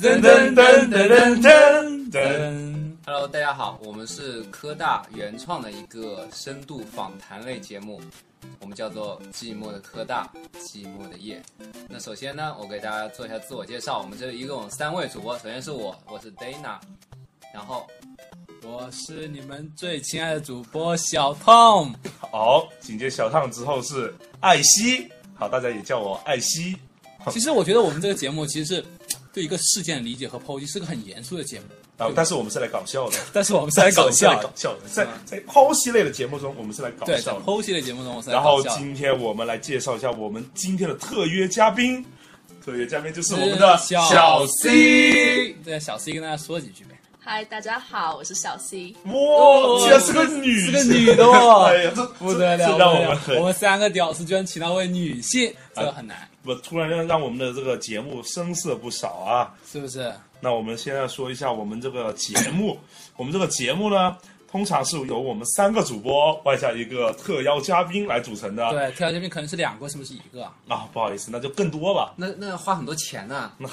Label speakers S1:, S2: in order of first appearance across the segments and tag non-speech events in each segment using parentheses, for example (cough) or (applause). S1: 噔噔噔噔噔噔噔。
S2: Hello，大家好，我们是科大原创的一个深度访谈类节目，我们叫做《寂寞的科大，寂寞的夜》。那首先呢，我给大家做一下自我介绍，我们这里一共有三位主播，首先是我，我是 Dana，然后
S3: 我是你们最亲爱的主播小 Tom，
S1: 好，紧接小烫之后是艾希，好，大家也叫我艾希。
S3: 其实我觉得我们这个节目其实是对一个事件的理解和剖析是个很严肃的节
S1: (laughs)
S3: 目，
S1: 啊，但是我们是来搞笑
S3: (laughs)
S1: 的，
S3: 但是我们是来搞
S1: 是来搞
S3: 笑的。
S1: 笑的，在在剖析类的节目中，我们是来搞
S3: 对，在
S1: 笑的。
S3: 剖析的节目中，我是来
S1: 然后
S3: 搞笑的。
S1: 今天我们来介绍一下我们今天的特约嘉宾，特约嘉宾就是我们的
S3: 是小
S1: C。
S3: 对，小 C 跟大家说几句呗。
S4: 嗨，大家好，我是小 C。
S1: 哇，居然是个女，
S3: 哦是个女的哦
S1: (laughs) 哎呀，这
S3: 不得了，
S1: 这这让
S3: 不得
S1: 我们
S3: 了！
S1: 很
S3: 我们三个屌丝居然请到位女性，这很难，
S1: 我突然让让我们的这个节目声色不少啊。
S3: 是不是？
S1: 那我们现在说一下我们这个节目， (coughs) 我们这个节目呢，通常是由我们三个主播外加一个特邀嘉宾来组成的。
S3: 对，特邀嘉宾可能是两个，是不是一个啊？
S1: 啊，不好意思，那就更多吧。
S2: 那那花很多钱呢、
S1: 那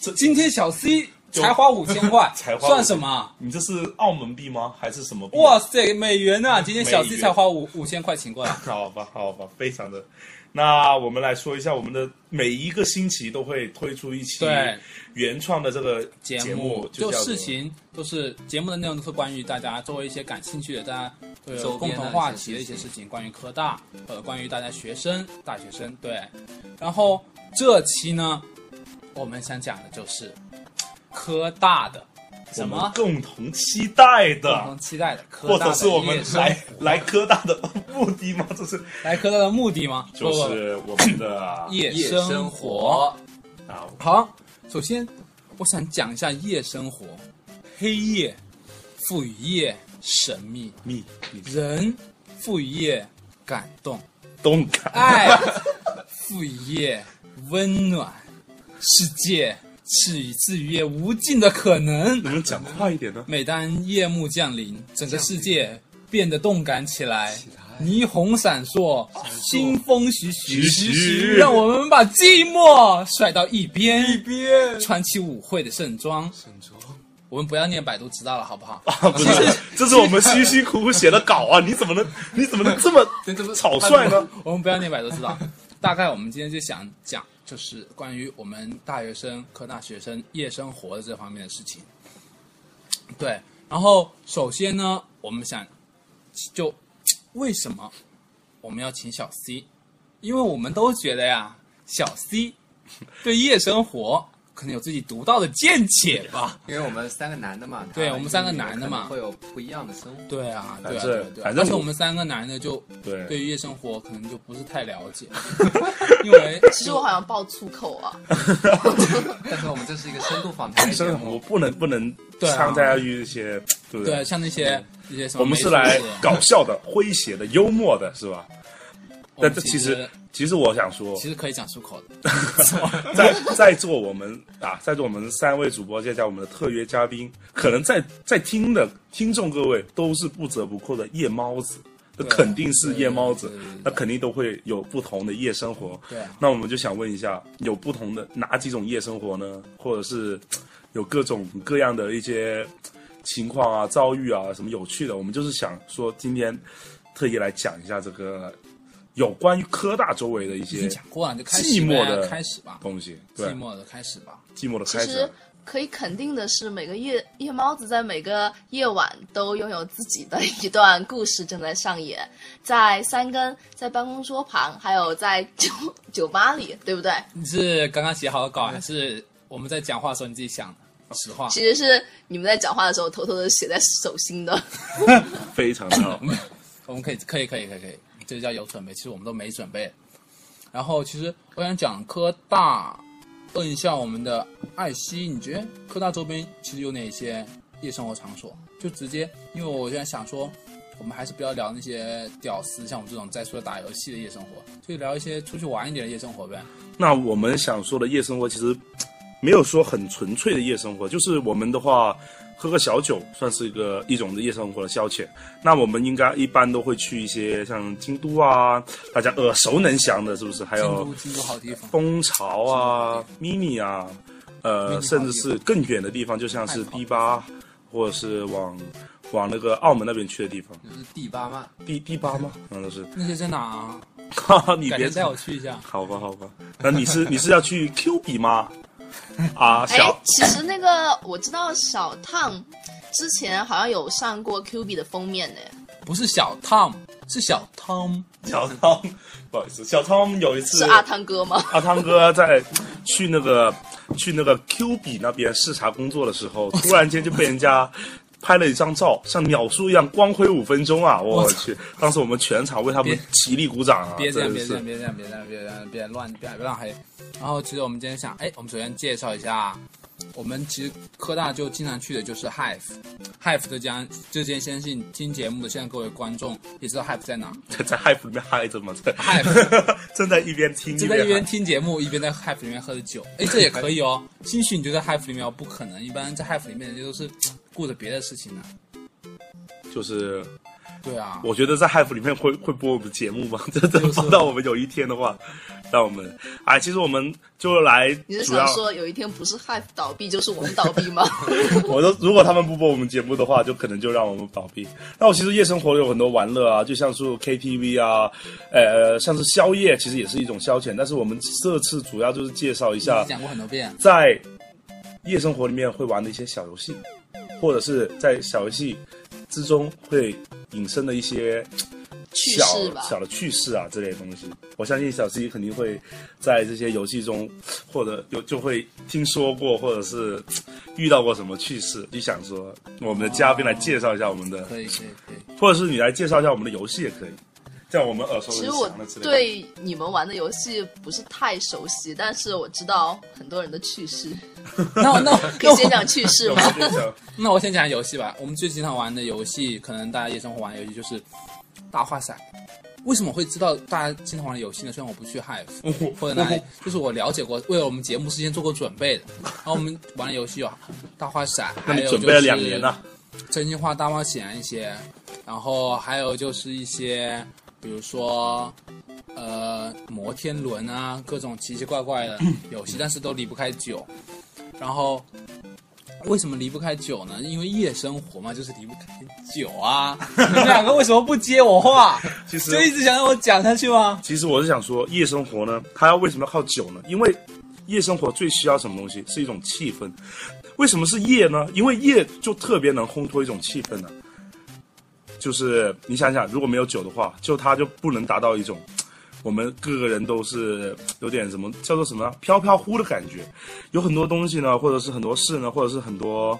S1: 这
S3: 今天小 C 才花五千块，
S1: (laughs) 才花
S3: 算什么？
S1: 你这是澳门币吗？还是什么币？
S3: 哇塞，美元呐、今天小
S1: 美
S3: C
S1: 元
S3: 才花五五千块请过来，
S1: 好吧，好吧，非常的。那我们来说一下，我们的每一个星期都会推出一期
S3: 对
S1: 原创的这个
S3: 节
S1: 目，
S3: 就
S1: 叫做
S3: 事情都是节目的内容都是关于大家作为一些感兴趣的，大家对
S2: 周
S3: 共
S2: 边的
S3: 同
S2: 一些
S3: 话题的一
S2: 事
S3: 些
S2: 情
S3: 事情，关于科大，呃，关于大家学生、大学生对。然后这期呢，我们想讲的就是科大的
S1: 我
S3: 什
S1: 们
S3: 么
S1: 共同期待
S3: 共
S1: 的，
S3: 同期待的科
S1: 或
S3: 大
S1: 者
S3: 的
S1: 是我
S3: 夜
S1: 们
S3: 生
S1: 来 (laughs) 来科大的目的吗？这是
S3: 来科大的目的吗？
S1: 就
S3: 不不
S1: 是我们
S3: (coughs)
S1: 的
S3: 不夜
S2: 夜
S3: 生
S2: 生
S3: 活。
S2: 活，
S1: 啊，
S3: 好，首先我想讲一下夜生活，黑夜赋予夜神秘，
S1: 你你
S3: 人赋予夜感 (laughs) 动，
S1: 动感
S3: 爱赋予夜温暖，世界赐予赐予夜无尽的可能。
S1: 能不能讲快一点呢？
S3: 每当夜幕降临，整个世界变得动感起来，霓虹闪烁，清风徐徐，
S1: 徐徐
S3: 让我们把寂寞甩到一边，一边穿起舞会的盛装。我们不要念百度知道了，好不好？
S1: 啊，不是，这是我们辛辛苦苦写的稿啊！你怎么能你怎么能这么草率呢？
S3: 我们不要念百度知道。大概我们今天就想讲，就是关于我们大学生、科大学生夜生活的这方面的事情。对，然后首先呢，我们想就为什么我们要请小 C？因为我们都觉得呀，小 C 对夜生活可能有自己独到的见解吧。
S2: 因为我们三个男的嘛，
S3: 对
S2: 他
S3: 我们三个男的嘛
S2: 可能会有不一样的生活。
S3: 对啊，对
S1: 反
S3: 啊，
S1: 正
S3: 对啊对啊
S1: 反正
S3: 而且
S1: 我
S3: 我们三个男的就
S1: 对
S3: 对于夜生活可能就不是太了
S1: (laughs)
S3: 解，因为
S4: 其实我好像爆粗口啊，
S2: 但是我们这是一个深度访谈类节
S1: 生
S2: 目
S1: 活，不能不能
S3: 对啊
S1: 伤大家于一些，对不
S3: 对，像那些一些什么，
S1: 我们是来，搞笑的、诙谐的、幽默的，是吧？
S3: 我
S1: 但
S3: 们
S1: 这其
S3: 其
S1: 实其实我想说，
S3: 其实可以讲出口的，
S1: 在在座我们啊，在座我们三位主播，再加我们的特约嘉宾，可能在在听的听众各位都是不折不扣的夜猫子，那
S3: 对啊
S1: 肯定是夜猫子
S3: 对对对对，
S1: 那肯定都会有不同的夜生活。
S3: 对啊
S1: 那我们就想问一下，有不同的哪几种夜生活呢？或者是有各种各样的一些情况啊、遭遇啊，什么有趣的？我们就是想说，今天特意来讲一下这个有关于科大周围的一
S3: 已
S1: 些
S3: 经讲过了，啊就开始
S1: 寂寞
S3: 呗
S1: 的
S3: 开始吧，
S1: 东西，对
S3: 寂寞的开始吧，
S1: 寂寞的
S4: 其
S1: 开
S4: 实
S1: 始。啊
S4: 可以肯定的是，每个夜夜猫子在每个夜晚都拥有自己的一段故事正在上演，在三更，在办公桌旁，还有在酒 (laughs) 酒吧里，对不对？
S3: 你是刚刚写好的稿，还是我们在讲话的时候你自己想的？实话，
S4: 其实是你们在讲话的时候偷偷的写在手心的。
S1: 非常的好。 (laughs)
S3: 我们可以可以可以可以可以，这就叫有准备。其实我们都没准备。然后其实我想讲科大，问一下我们的艾希，你觉得科大周边其实有哪些夜生活场所？就直接，因为我现在想说，我们还是不要聊那些屌丝，像我们这种在宿舍打游戏的夜生活，就聊一些出去玩一点的夜生活呗。
S1: 那我们想说的夜生活，其实没有说很纯粹的夜生活，就是我们的话，喝个小酒算是一个一种的夜生活的消遣。那我们应该一般都会去一些像京都啊，大家耳熟能详的，是不是？还
S3: 京
S1: 有
S3: 都，京都好地方。
S1: 蜂巢啊、mini 啊，呃，甚至是更远的地方，就像是迪八，或者是往往那个澳门那边去的地方，
S2: 就是第八嘛，
S1: 第第八吗？好像是， (laughs)
S3: 那些在哪啊？
S1: 哈哈，你
S3: 改
S1: 别
S3: 天带我去一下。
S1: 好吧，好吧，那你是你是要去 Q 比吗？啊，
S4: 哎
S1: 小，
S4: 其实那个我知道小烫之前好像有上过 Q B 的封面呢。
S3: 不是小 Tom，是小 Tom。
S1: 小汤，不好意思，小汤有一次
S4: 是阿汤哥吗？ (laughs)
S1: 阿汤哥在去那个去那个 Q 比那边视察工作的时候，突然间就被人家拍了一张照，像鸟叔一样光辉五分钟啊！我去，当时我们全场为他们
S3: 别
S1: 起立鼓掌啊！
S3: 别这样，
S1: 真的
S3: 别这样，
S1: 是
S3: 别这样，别这样，别这样，别乱，别乱黑。然后其实我们今天想，哎，我们首先介绍一下，我们其实科大就经常去的就是 Hive，Hive 这家这间，相信听节目的现在各位观众也知道 Hive 在哪。
S1: 在在 hype 里面嗨着嘛，在 (laughs)
S3: Hive
S1: 正在一边听
S3: 就在一边
S1: 喊
S3: 听节目，一边在 Hive 里面喝着酒，哎，这也可以哦。兴许你就在 Hive 里面哦，不可能，一般在 Hive 里面人家都是顾着别的事情呢。
S1: 就是
S3: 对啊，
S1: 我觉得在 hype 里面会会播我们节目吗？真的
S3: 就是
S1: 放到我们有一天的话，让我们哎，其实我们就来
S4: 你是
S1: 主要
S4: 想说有一天不是 Hive 倒闭就是我们倒闭吗？
S1: 我都如果他们不播我们节目的话，就可能就让我们倒闭。那我其实夜生活有很多玩乐啊，就像是 KTV 啊，呃，像是宵夜，其实也是一种消遣。但是我们这次主要就是介绍一
S3: 已
S1: 下
S3: 经讲过很多遍，
S1: 在夜生活里面会玩的一些小游戏，或者是在小游戏之中会引申的一些
S4: 去
S1: 小
S4: 世吧。
S1: 小的趣事啊之类的东西。我相信小 C 肯定会在这些游戏中，或者有就会听说过，或者是遇到过什么趣事，就想说我们的嘉宾来介绍一下我们的，
S3: 可以，可以，可以。
S1: 或者是你来介绍一下我们的游戏也可以，这样我们耳熟
S4: 其
S1: 能
S4: 实我
S1: 详的之类的。
S4: 对你们玩的游戏不是太熟悉，但是我知道很多人的趣事，
S3: 那我那我
S4: 可
S3: 那
S4: 以
S3: 我
S4: 先讲趣事
S1: 有
S4: 吗
S1: (laughs) 没？有点想
S3: 那我先讲游戏吧。我们最经常玩的游戏，可能大家夜生活玩的游戏就是大话骰。为什么我会知道大家经常玩的游戏呢？虽然我不去
S1: 哦
S3: Hive 或者哪里，就是我了解过，为了我们节目事先做过准备的。然后我们玩的游戏有大话骰，
S1: (laughs) 那
S3: 还
S1: 你
S3: 有
S1: 准备了两年啊
S3: 了，
S1: 了，
S3: 真心话大冒险一些，然后还有就是一些，比如说。呃，摩天轮啊，各种奇奇怪怪 (coughs) 的游戏，但是都离不开酒。然后为什么离不开酒呢？因为夜生活嘛，就是离不开酒 (laughs) 啊。你们两个为什么不接我话？
S1: 其实
S3: 就一直想让我讲下去吗？
S1: 其实我是想说，夜生活呢，它要为什么要靠酒呢？因为夜生活最需要什么东西？是一种气氛。为什么是夜呢？因为夜就特别能烘托一种气氛呢、就是你想想，如果没有酒的话，就它就不能达到一种我们各个人都是有点什么叫做什么飘飘忽的感觉。有很多东西呢，或者是很多事呢，或者是很多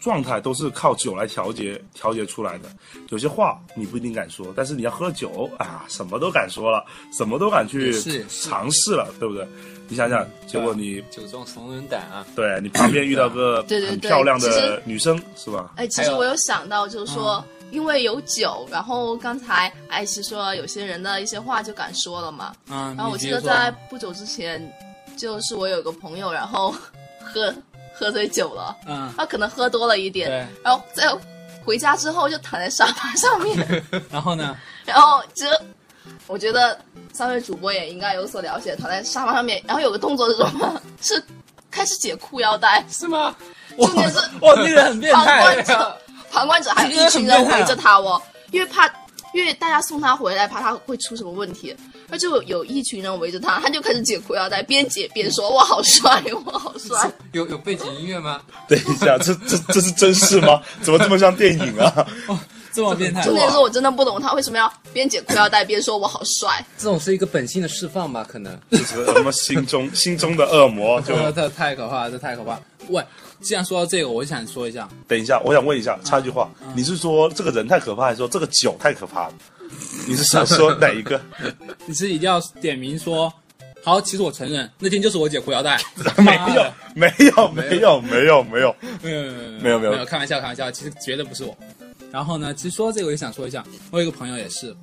S1: 状态都是靠酒来调节调节出来的。有些话你不一定敢说，但是你要喝酒啊，什么都敢说了，什么都敢去
S3: 也是嗯啊也是
S1: 尝试了，对不对？你想想，结果你
S2: 酒中怂人胆啊，
S1: 对你旁边遇到个
S4: 对对
S1: 很
S4: 对
S1: 漂亮
S4: 其
S1: 的
S4: 实
S1: 女生是 (laughs) 吧？
S4: 哎，其
S2: 还
S4: 实
S2: 有
S4: 我有想到，就是说，因为有酒，然后刚才艾希说有些人的一些话就敢说了嘛。
S3: 嗯，
S4: 啊然后我
S3: 你
S4: 记
S3: 接
S4: 得
S3: 着说
S4: 在不久之前，就是我有个朋友，然后喝喝醉酒了，
S3: 嗯，
S4: 他可能喝多了一点，
S3: 对，
S4: 然后在回家之后就躺在沙发上面，
S3: 然后
S4: (laughs)
S3: 呢？
S4: 然后这我觉得三位主播也应该有所了解，躺在沙发上面，然后有个动作是什么？是开始解裤腰带，
S2: 是吗？
S3: 哇
S4: 重点是
S3: 哇，那个人很变
S4: 旁
S3: 态啊
S4: 观。者，旁观者还有一群人围着他哦，因为怕，因为大家送他回来，怕他会出什么问题。他就有一群人围着他，他就开始解裤腰带，边解边说：“我好帅，我好
S3: (laughs)
S4: 帅。
S2: 有有背景音乐吗？
S1: 等一下，这这这是真事吗？ (laughs) 怎么这么像电影啊？ (laughs)
S3: 这么变”态
S4: 重，点是我真的不懂他为什么要边解裤腰带边说“我好帅
S2: 这种是一个本性的释放吧，可能。
S1: 就是什么心中心中的恶 (laughs) 魔？就
S3: 这这太可怕了，这太可怕了。喂，既然说到这个，我想说一下，
S1: 等一下，我想问一下，插一句话，你是说这个人太可怕，还是说这个酒太可怕了？你是想说哪一 (laughs) 个？
S3: 你是一定要点名说，好，其实我承认那天就是我解裤
S1: (laughs)
S3: 腰带，
S1: 没有，没有，没有，没有，没有。
S3: 没有嗯没有
S1: 没有没有
S3: 开玩笑开玩笑，其实绝对不是我。然后呢，其实说到这个我就想说一下，我有一个朋友也是，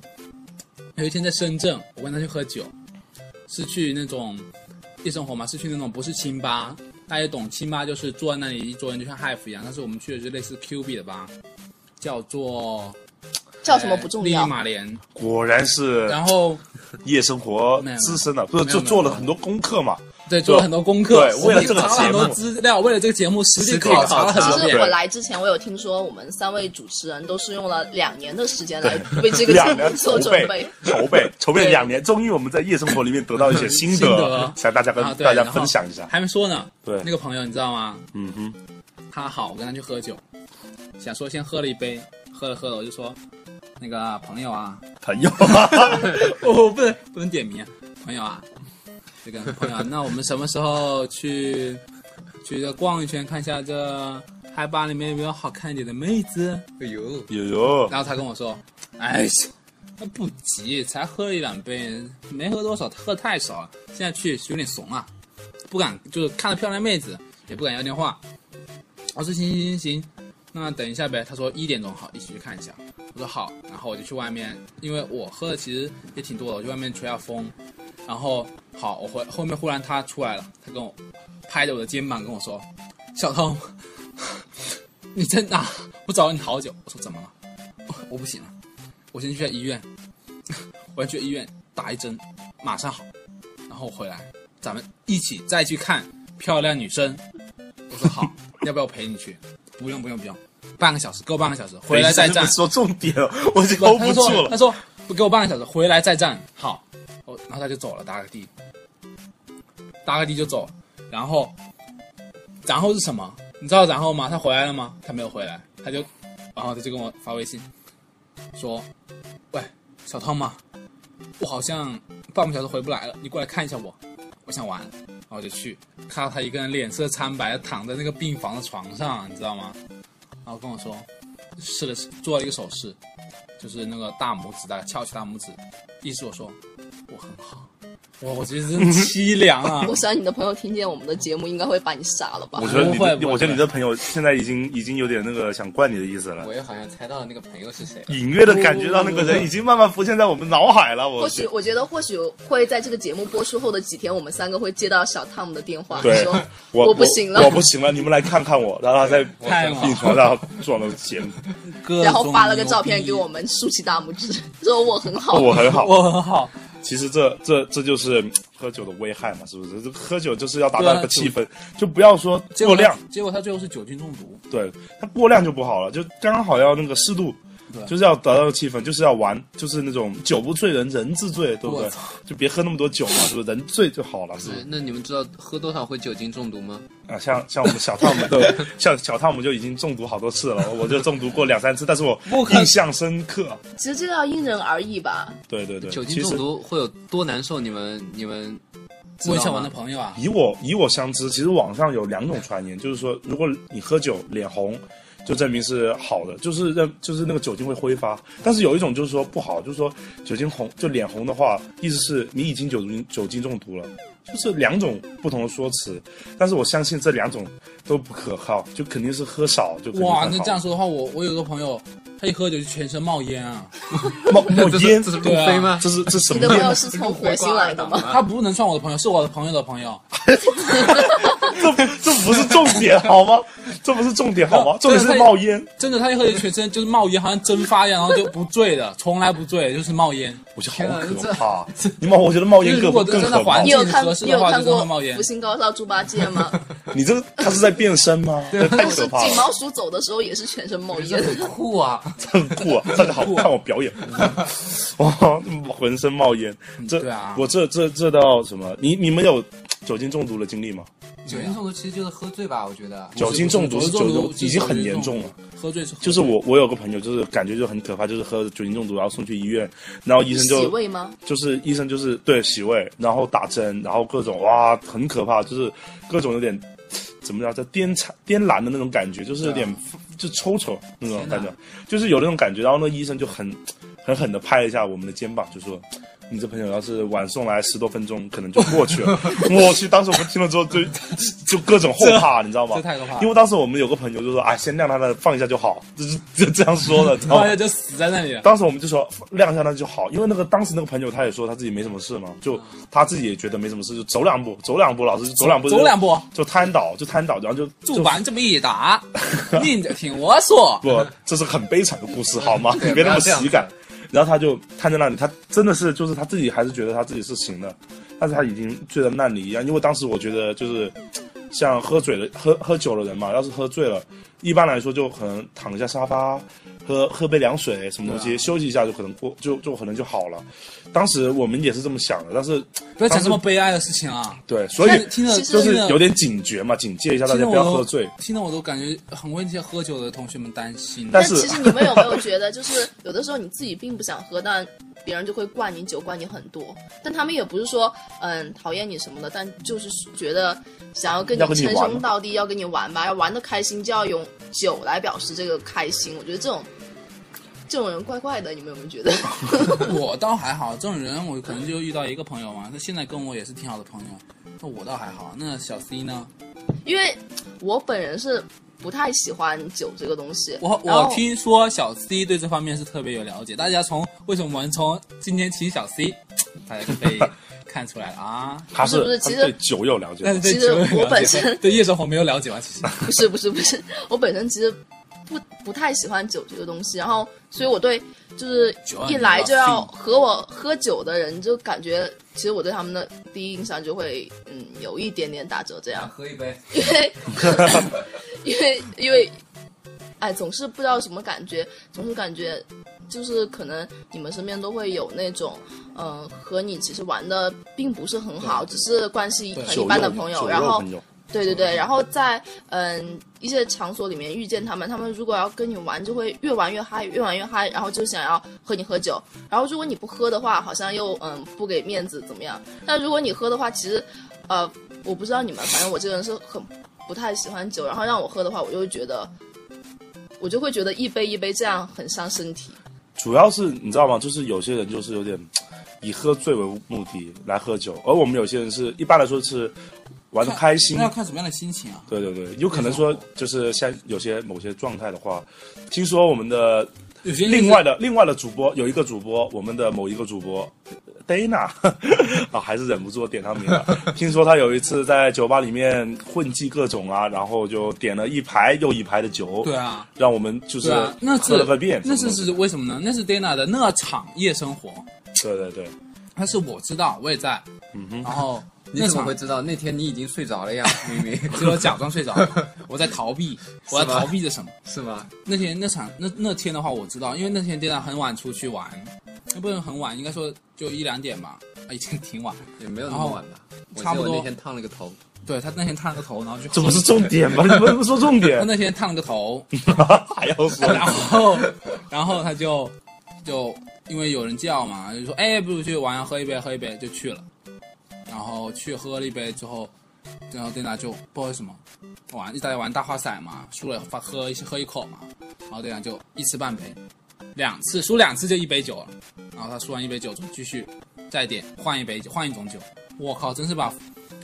S3: 有一天在深圳，我跟他去喝酒，是去那种夜生活嘛，是去那种不是清吧，大家懂清吧就是坐在那里一桌人就像 Hive 一样，但是我们去的是类似 Q B 的吧，叫做”，
S4: 叫什么不重
S3: 呃
S4: 要
S3: 丽丽。马莲。
S1: 果然是
S3: 然后
S1: 夜生活资深的，不是
S3: 没有
S1: 就
S3: 没有
S1: 做了很多功课嘛？
S3: 对，做了很多功课，
S1: 对为了这个
S3: 查了很多
S1: 节目
S3: 资料，为了这个节目实地
S2: 实地
S3: 考察了
S2: 考察
S3: 很多
S4: 其
S3: 遍啊
S4: 实
S1: 对。
S4: 我来之前，我有听说我们三位主持人都是用了两年的时间来为这个节
S1: 两
S4: 目 (laughs)
S1: 年
S4: 做
S1: 筹
S4: 准备
S1: 备。，筹备，筹备
S4: 对
S1: 两年，终于我们在夜生活里面得到一些心
S3: 心得
S1: 得，想大家跟
S3: 啊，对，
S1: 大家
S3: 然后
S1: 分享一下。
S3: 还没说呢，
S1: 对
S3: 那个朋友你知道吗？
S1: 嗯哼，
S3: 他好，我跟他去喝酒，想说先喝了一杯，喝了喝了，我就说，那个朋友啊， (laughs)
S1: 朋友，
S3: 哦，不能不能点名啊，朋友啊，这个朋友啊，那我们什么时候去去这逛一圈，看一下这嗨吧里面有没有好看一点的妹子？
S2: 哎呦，
S1: 有有，
S3: 然后他跟我说，哎呀，那不急，才喝了一两杯，没喝多少，喝得太少了，现在去有点怂了，不敢就是看到漂亮妹子也不敢要电话。我说行行行行，那等一下呗。他说一点钟好，一起去看一下。我说好，然后我就去外面，因为我喝的其实也挺多的，我去外面吹下风。然后好，我回后面忽然他出来了，他跟我拍着我的肩膀跟我说：“小童，你在哪？ (laughs) 我找了你好久。”我说怎么了？我不行了，我先去下医院， (laughs) 我要去医院打一针，马上好，然后回来，咱们一起再去看漂亮女生。我说好，要不要我陪你去？不用不用不用，半个小时够半个小时，回来再
S1: 这
S3: 战
S1: 么。说重点了，我 (laughs) 已经
S3: 不
S1: hold
S3: 他
S1: 不
S3: 说
S1: 住
S3: 他
S1: 了。
S3: 说不给我半个小时，回来再战。好，我然后他就走了，打个的，打个的就走。然后，然后是什么？你知道然后吗？他回来了吗？他没有回来，他就，然后他就跟我发微信，说，喂，小汤吗？我好像半个小时回不来了，你过来看一下我，我想玩。然后我就去，看到他一个人脸色苍白，躺在那个病房的床上，你知道吗？然后跟我说，试了做了一个手势，就是那个大拇指，大概翘起大拇指，意思我说我很好，我我觉得真凄凉啊
S4: (laughs) 我想你的朋友听见我们的节目，应该会把你杀了吧
S1: 我？觉得你
S3: 不会不
S1: 的，
S3: 会
S1: 我觉得你的朋友现在已经已经有点那个想惯你的意思了
S2: 我，又好像猜到了那个朋友是谁了。
S1: 隐约的感觉到那个人已经慢慢浮现在我们脑海了。我
S4: 或许我觉得或许会在这个节目播出后的几天，我们三个会接到小汤姆的电话，
S1: 对
S3: (laughs)
S4: 说
S1: 我
S4: 不行了
S1: 我，不行了，你们来看看我，然后他在
S3: 太
S1: 病床上撞了钱，
S3: 各
S4: 然后
S3: 种
S4: 发了个照片
S3: 牛逼
S4: 给我，们，竖起大拇指，说我很好。
S1: 哦我很
S3: (laughs)
S1: 好。
S3: 我很
S2: (laughs)
S3: 好，
S1: 其实这这这就是嗯喝酒的危害嘛，是不是？这喝酒就是要打
S3: 对啊
S1: 造一个气氛，就不要说
S3: 结
S1: 过
S3: 果他
S1: 量，
S3: 结果他最后是酒精中毒，
S1: 对，它过量就不好了，就刚好要那个适度
S3: 对。
S1: 就是要达到气氛，就是要玩，就是那种酒不醉人人自醉，对不
S3: 我
S1: 对
S3: 操？
S1: 就别喝那么多酒嘛，是不是？人醉就好了，是不是
S2: 那？那你们知道喝多少会酒精中毒吗？
S1: 啊，像像我们小 (laughs) 汤姆就像小汤姆就已经中毒好多次了，我就中毒过两三次，但是我
S3: 不可
S1: 印象深刻。
S4: 其实这个要因人而异吧。
S1: 对对对，
S2: 酒精
S1: 其
S2: 中
S1: 实
S2: 毒会有多难受？你们你们知道吗
S3: 问一下我那朋友啊，
S1: 以我以我相知，其实网上有两种传言，就是说如果你喝酒脸红，就证明是好的，就是认就是那个酒精会挥发。但是有一种就是说不好，就是说酒精红就脸红的话，意思是你已经酒精酒精中毒了。就是两种不同的说辞，但是我相信这两种都不可靠，就肯定是喝少就肯定
S3: 哇，
S1: 会
S3: 那
S1: 好
S3: 这样说的话，我我有个朋友，他一喝酒就全身冒烟啊，
S1: 冒冒
S2: (laughs) 这是
S1: 烟
S2: 这是路
S3: 对啊
S2: 飞吗？
S1: 这是这是什
S4: 你
S1: 么
S4: 的朋
S1: 店
S4: 友？是从火星来的
S1: (laughs)
S4: 吗？
S3: 他不能算我的朋友，是我的朋友的朋友，
S1: 这这不是重点好吗？这不是重点好吗？重点是冒烟。
S3: 真的，他一喝酒全身就是冒烟，好像蒸发一样，然后就不醉的， (laughs) 从来不醉，就是冒烟。
S1: 我觉得好
S2: 天哪
S1: 可怕，你冒我觉得冒烟
S3: 就是
S1: 更
S3: 如果
S1: 更
S3: 真的
S1: 可怕
S3: 环
S4: 你。
S3: 境
S4: 有看
S3: 合适
S4: 你
S3: 的
S4: 有
S3: 话
S4: 看
S3: 就让
S4: 过
S3: 他冒烟
S4: 《福星高照猪八戒》吗？
S1: 你这个他是在变身吗？这太
S4: 不
S1: 可
S4: 是
S1: 怕
S4: 锦
S1: 了，
S4: 毛鼠走的时候也是全身冒
S2: 这
S4: 烟。
S2: 很酷啊！
S1: 很酷啊！大家好，看我表演， (laughs) 哇，浑身冒烟。这
S3: 对啊
S1: 我这这这到什么？你你们有酒精中毒的经历吗？
S2: 酒精中毒其实就是喝醉吧，我觉得。
S1: 酒精中毒是酒
S3: 酒精
S1: 精
S3: 毒
S1: 已经很严重了。，
S3: 喝醉是喝醉
S1: 就是我我有个朋友，就是感觉就很可怕，就是喝酒精中毒，然后送去医院，然后医生就
S4: 洗胃吗？
S1: 就是医生就是对洗胃，然后打针，然后各种哇，很可怕，就是各种有点怎么讲，叫颠惨颠蓝的那种感觉，就是有点、
S3: 啊
S1: 就抽抽那种感觉，就是有那种感觉。然后那医生就很狠狠的拍了一下我们的肩膀，就说。你这朋友要是晚送来十多分钟，可能就过去
S3: (laughs)
S1: 了。我去，当时我们听了之后就 (laughs) 就各种后怕，你知道吗
S3: 这？太可怕了
S1: 因为当时我们有个朋友就说：“哎，先让他的放一下就好。”就是就这样说
S3: (laughs)
S1: 的，知道吗
S3: 冒？烟就死在那里了。
S1: 当时我们就说晾一下那就好，因为那个当时那个朋友他也说他自己没什么事嘛，就他自己也觉得没什么事，就走两步，走两步，老师就走两步，
S3: 走两步，
S1: 就瘫倒，就瘫倒，然后就
S3: 主板这么
S1: (laughs)
S3: 一打，你就听我说，
S1: 不， (laughs) 这是很悲惨的故事，好吗？
S2: 对
S1: 你别那么
S2: 不要这样
S1: 喜感。然后他就瘫在那里，他真的是就是他自己还是觉得他自己是行的，但是他已经醉得烂泥一样。因为当时我觉得就是像喝醉了、喝喝酒了人嘛，要是喝醉了，一般来说就可能躺一下沙发，喝喝杯凉水什么东西、
S3: 对啊
S1: 休息一下就可能过就就可能就好了。当时我们也是这么想的，但是
S3: 不要讲这么悲哀的事情啊！
S1: 对，所以
S3: 现在听着
S4: 其实
S1: 就
S3: 听
S1: 是
S3: 着
S1: 有点警觉嘛，警戒一下大
S3: 听
S1: 家
S3: 得我
S1: 不要喝醉。
S3: 听得我都感觉很为那些喝酒的同学们
S1: (laughs)
S3: 担心。
S1: 但
S4: 但
S1: 是
S4: 其实你们有没有觉得，就是有的时候你自己并不想喝，但别人就会灌你酒，灌你很多。但他们也不是说嗯讨厌你什么的，但就是觉得想要跟你
S1: 要跟你
S4: 称
S1: 玩
S4: 兄道弟，要跟你玩吧，要玩的开心就要用酒来表示这个开心。我觉得这种这种人怪怪的，你们有没有觉得？ (laughs)
S3: 我倒还好，这种人我可能就遇到一个朋友嘛，他现在跟我也是挺好的朋友。那我倒还好，那小 C 呢？
S4: 因为我本人是不太喜欢酒这个东西。
S3: 我
S4: 然后
S3: 我听说小 C 对这方面是特别有了解，大家从为什么我们从今天请小 C，大家就 (laughs) 可以看出来了 (laughs) 啊。
S1: 他
S4: 不是不是
S1: 他
S4: 其实
S1: 对酒有了解吗，
S3: 但是对
S4: 其实
S3: 酒有了解
S4: 我本身
S3: 对夜生活没有了解吧？其实
S4: 不是不是不是，我本身其实不不太喜欢酒这个东西，然后所以我对就是
S3: 酒啊
S4: 一来就要和我喝酒的人，就感觉其实我对他们的第一印象就会嗯有一点点打折，这样， (laughs)
S2: 喝一杯，
S4: 因为因为因为哎总是不知道什么感觉，总是感觉就是可能你们身边都会有那种嗯、呃和你其实玩的并不是很好，只是关系很
S1: 酒
S4: 一
S1: 肉
S4: 般的朋友，
S1: 酒
S4: 然
S1: 肉
S4: 后
S1: 朋友
S4: 对对对，然后在嗯一些场所里面遇见他们，他们如果要跟你玩，就会越玩越嗨，越玩越嗨，然后就想要和你喝酒。然后如果你不喝的话，好像又嗯不给面子怎么样？但如果你喝的话，其实呃我不知道你们，反正我这个人是很不太喜欢酒，然后让我喝的话，我就会觉得。我就会觉得一杯一杯这样很伤身体，
S1: 主要是你知道吗？就是有些人就是有点以喝醉为目的来喝酒，而我们有些人是一般来说是玩的开心
S3: 那。要看什么样的心情啊。
S1: 对对对，有可能说就是像有些某些状态的话，听说我们的
S3: 有些
S1: 另外的另外的主播有一个主播，我们的某一个主播 Dana (laughs) 啊，还是忍不住点他名了。 (laughs) 听说他有一次在酒吧里面混迹各种啊，然后就点了一排又一排的酒，
S3: 对啊，
S1: 让我们就是
S3: 对啊，那是
S1: 喝了个遍，
S3: 那
S1: 什
S3: 是
S1: 么东西
S3: 是为什么呢？那是 Dana 的那场夜生活，
S1: 对对对，
S3: 但是我知道，我也在，嗯哼，然 (laughs) 后
S2: 你
S3: 那
S2: 怎么
S3: 场
S2: 会知道那天你已经睡着了呀？ (laughs) 明明
S3: 只有假装睡着了，
S1: (laughs)
S3: 我在逃避，我在
S2: 是吗
S3: 逃避着什么？
S2: 是吗？
S3: 那天那场那那天的话，我知道，因为那天 Dana 很晚出去玩，也不能很晚，应该说就一两点吧，啊，已经挺晚。
S2: 也没有那么晚吧，我
S3: 差
S2: 记
S3: 不
S2: 得
S3: 多
S2: 我那天烫了个头，
S3: 对他那天烫了个头，然后就
S1: 这不是重点吗？你们不说重
S3: 他 (laughs)
S1: 点，
S3: 那天烫了个头，
S1: 还要说
S3: 然后然后他就就因为有人叫嘛，就说哎，不如去玩啊，喝一杯，喝一杯，就去了。然后去喝了一杯之后，然后 Dana 就不知道为什么玩，一直在玩大花骰嘛，输了发喝一喝一口嘛，然后 Dana 就一次半杯，两次输两次就一杯酒了。然后他输完一杯酒之后，继续再点换一杯酒，换一种酒。我靠，真是把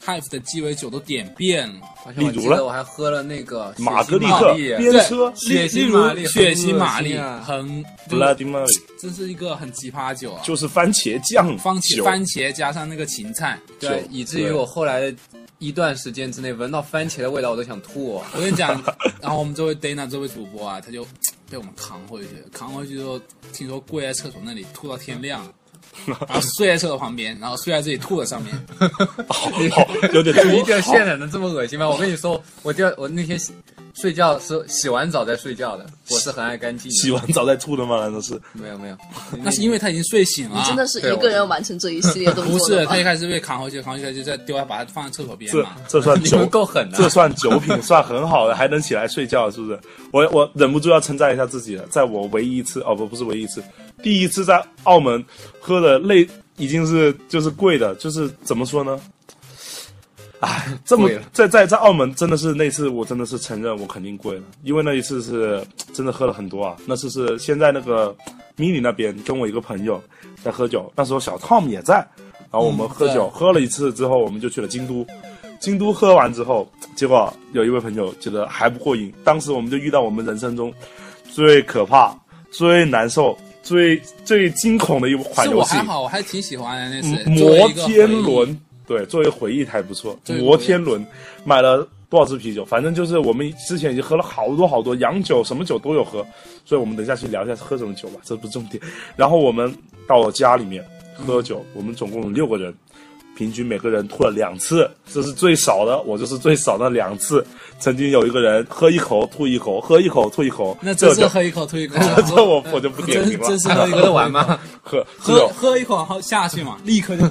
S3: Hive 的鸡尾酒都点遍了。
S2: 而且我
S1: 例如
S2: 记
S1: 呢
S2: 得我还喝了那个血腥
S1: 玛格丽
S2: 玛
S1: 特
S2: 丽
S1: 边
S3: 对
S1: 车
S2: 血腥
S1: 例如
S2: 玛丽
S3: 血腥玛丽
S2: 很恶心啊
S3: 很
S1: Bloody Mary
S3: 真是一个很奇葩的酒啊！
S1: 就是番茄酱
S3: 番茄
S1: 酒
S3: 番茄加上那个芹菜，
S2: 对
S1: 酒，
S2: 以至于我后来一段时间之内闻到番茄的味道，我都想吐、哦。
S3: 我跟你讲， (laughs) 然后我们这位 Dana 这位主播啊，他就被我们扛回去，扛回去之后，听说跪在厕所那里吐到天亮，
S1: (laughs)
S3: 然后睡在厕所旁边，然后睡在自己吐的
S1: (laughs)
S3: 上面，
S1: 好 (laughs) 有点
S2: 你一
S1: 多
S2: 定要渲染的这么恶心吗？我跟你说，我第二我那天洗睡觉是洗完澡再睡觉的，我是很爱干净的。
S1: 洗完澡再吐的吗？难道是
S2: 没有没有，
S3: 那是因为他已经睡醒了。啊
S4: 真的是
S2: 对
S4: 一个人完成这一系列动
S3: 不
S4: 作
S3: 是
S4: 的，吗
S3: 他一开始被扛回去，扛回去他就在丢，把他放在厕所边
S1: 这
S3: 嘛。
S1: 这
S2: (laughs)
S1: 算
S2: 你
S1: 酒
S2: 们？够狠的、
S1: 这算酒品，算很好的，还能起来睡觉，是不是？我我忍不住要称赞一下自己了，在我唯一一次哦不不是唯一一次，第一次在澳门喝的累已经是就是贵的，就是怎么说呢？哎，这么
S2: 贵了
S1: 在在在澳门真的是那次我真的是承认我肯定贵了，因为那一次是真的喝了很多啊，那次是先在那个 mini 那边跟我一个朋友在喝酒，那时候小 Tom 也在，然后我们喝酒、
S3: 对
S1: 喝了一次之后，我们就去了京都。京都喝完之后，结果有一位朋友觉得还不过瘾，当时我们就遇到我们人生中最可怕、最难受、最最惊恐的一款
S3: 是
S1: 游
S3: 我
S1: 戏
S3: 还好，我还挺喜欢的那次
S1: ——
S3: 作
S1: 嗯
S3: 为
S1: 摩
S3: 一个
S1: 天
S3: 回忆
S1: 轮。对，作为回忆还不错。
S3: 对
S1: 摩天轮买了多少支啤酒？反正就是我们之前已经喝了好多好多洋酒，什么酒都有喝。所以我们等一下去聊一下喝什么酒吧，这不是重点。然后我们到了家里面喝酒，我们总共有六个人，平均每个人吐了两次，这是最少的，我就是最少的两次。曾经有一个人喝一口吐一口，喝一口吐一口，
S3: 那
S1: 这
S3: 真
S1: 我
S3: 是
S1: 就
S3: 喝一口吐一口，
S1: (laughs) 这我我就不点评
S3: (laughs) 真
S1: 了，哦
S3: 真是喝一口
S2: 喝得
S1: (laughs)
S2: 完？吗？
S1: 喝这
S3: 喝
S1: 种
S3: 喝一口然后下去嘛，立刻就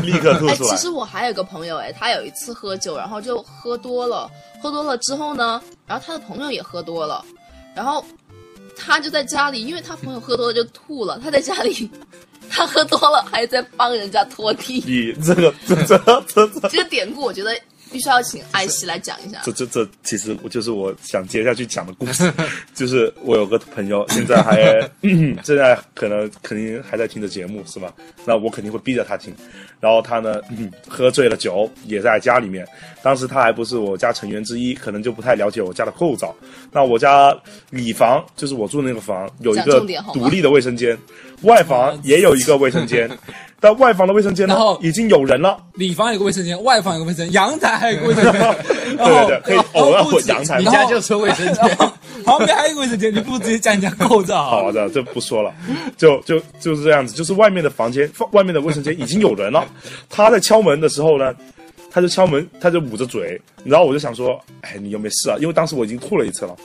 S1: 立刻吐
S4: 哎，
S1: 出来
S4: 其。实我还有个朋友，哎，他有一次喝酒，然后就喝多了，喝多了之后呢，然后他的朋友也喝多了，然后他就在家里，因为他朋友喝多了就吐了，他在家里，他喝多了还在帮人家拖地，
S1: 你这个 (laughs) 这这这这
S4: 这个典故我觉得必须要请艾希来讲一下
S1: 这。这这，其实我就是我想接下去讲的故
S3: (laughs)
S1: 事，就是我有个朋友，现在还嗯现在可能肯定还在听着节目是吧？那我肯定会逼着他听，然后他呢、嗯喝醉了酒，也在家里面，当时他还不是我家成员之一，可能就不太了解我家的构造。那我家里房就是我住那个房有一
S4: 讲
S1: 个
S4: 重点好吗
S1: 独立的卫生间，外房也有一个卫
S4: (laughs)
S1: 生间，但外房的卫生间呢
S3: 然后
S1: 已经有人了。
S3: 里房有个卫生间，外房有个卫生间，阳台还有个卫生间， (laughs) 然
S1: (laughs)
S3: 后
S1: 对对对可以
S3: 然后
S1: 偶尔
S3: 不止
S1: 阳台
S2: 你
S1: 嘛
S2: 家就是卫生
S3: (laughs) 然
S2: 间，
S3: 后旁边还有一个卫生间，你不直接讲人家构造好
S1: 好
S3: 了？
S1: 啊的，这不说了，就就就是这样子，就是外面的房间，外面的卫生间已经有人了。 (laughs) 他在敲门的时候呢，他就敲门，他就捂着嘴，然后我就想说，哎，你有没有事啊？因为当时我已经吐了一次了，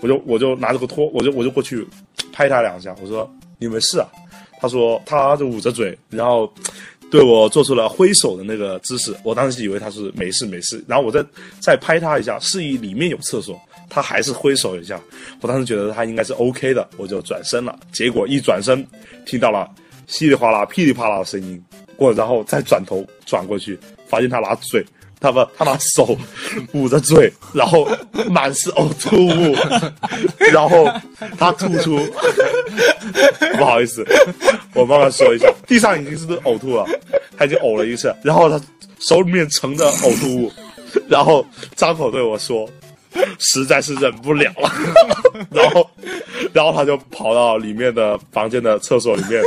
S1: 我就我就拿着个拖，我就我就过去拍他两下，我说你有没有事啊？他说他就捂着嘴，然后对我做出了挥手的那个姿势。我当时以为他是没事没事，然后我再再拍他一下，示意里面有厕所，他还是挥手一下。我当时觉得他应该是 OK 的，我就转身了。结果一转身，听到了稀里哗啦、噼里啪啦的声音，我然后再转头转过去，发现他拿嘴。他把他拿手捂着嘴，然后满是呕吐物，然后他吐出， (laughs) 不好意思，我慢慢说一下，地上已经是呕吐了，他已经呕了一次，然后他手里面盛着呕吐物， (laughs) 然后张口对我说，实在是忍不了 (laughs) 了，然后，然后他就跑到里面的房间的厕所里面，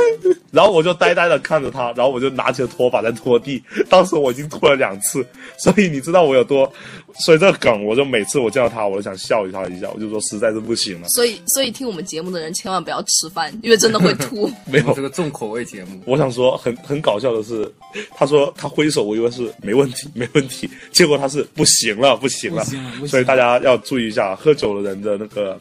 S1: 然后我就呆呆的看着他，然后我就拿起了拖把在拖地。当时我已经拖了两次，所以你知道我有多，所以这个梗，我就每次我见到他，我都想笑他一下，我就说实在是不行了，
S4: 所以，所以听我们节目的人千万不要吃饭，因为真
S1: (laughs)
S4: 的会吐。
S1: 没
S2: 我
S1: 有
S2: 这。个重口味节目，
S1: 我想说很很搞笑的是，他说他挥手，我以为是没问题没问题，结果他是不行了不行了，
S3: 不行了不行了
S1: 所以大家要注意一下，喝酒的人的那个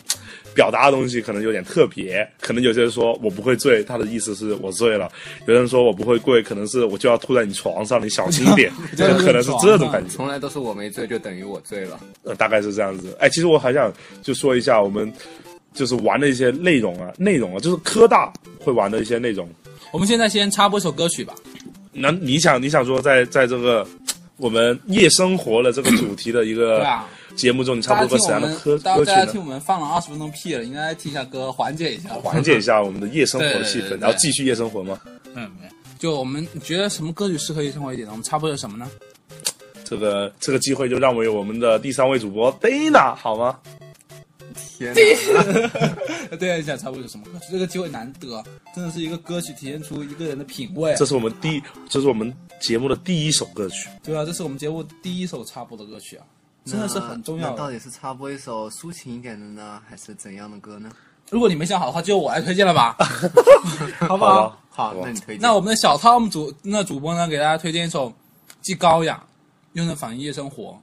S1: 表达的东西可能有点特别，可能有些人说我不会醉，他的意思是我醉了；有人说我不会跪，可能是我就要吐在你床上，你小心一点，
S3: (laughs) 我就
S1: 就
S3: 要
S1: 可能是这种感觉。
S2: 从来都是我没醉就等于我醉了。
S1: 呃，大概是这样子。哎，其实我还想就说一下我们就是玩的一些内容啊，内容啊，就是科大会玩的一些内容。
S3: 我们现在先插播一首歌曲吧。
S1: 那你想，你想说在在这个我们夜生活的这个主题的一
S3: 对
S1: 个
S3: 啊，
S1: 节目中，你
S3: 大
S1: 插
S3: 家
S1: 播个
S3: 听
S1: 怎
S3: 我
S1: 样的
S3: 们
S1: 歌，
S3: 大
S1: 歌曲
S3: 家听
S1: 呢？
S3: 我们放了二十分钟屁了，应该听一下歌缓解一下。
S1: 缓解一下我们的夜生活
S3: 对
S1: 的
S3: 对
S1: 气
S3: 对
S1: 氛
S3: 对，
S1: 然后继续夜生活吗？
S3: 嗯，没有就我们觉得什么歌曲适合夜生活一点的，我们插播的什么呢？
S1: 这个这个机会就让我为我们的第三位主播 Dana 好吗？
S2: 天哪，
S3: 对，想插播首什么歌曲？这个机会难得，真的是一个歌曲体现出一个人的品味。
S1: 这是我们第这是我们节目的第一首歌曲，
S3: 对啊，这是我们节目第一首插播的歌曲啊，真的是很重要
S2: 那到
S3: 的。
S2: 底是插播一首抒情一点的呢，还是怎样的歌呢？
S3: 如果你没想好的话，就由我来推荐了吧， (laughs) 好
S1: (laughs)
S3: 不啊
S1: 好吧？
S2: 好，
S1: 吧
S2: 那你推荐。
S3: 那我们的小 Tom 主那主播呢，给大家推荐一首既高雅，又能反映夜生活，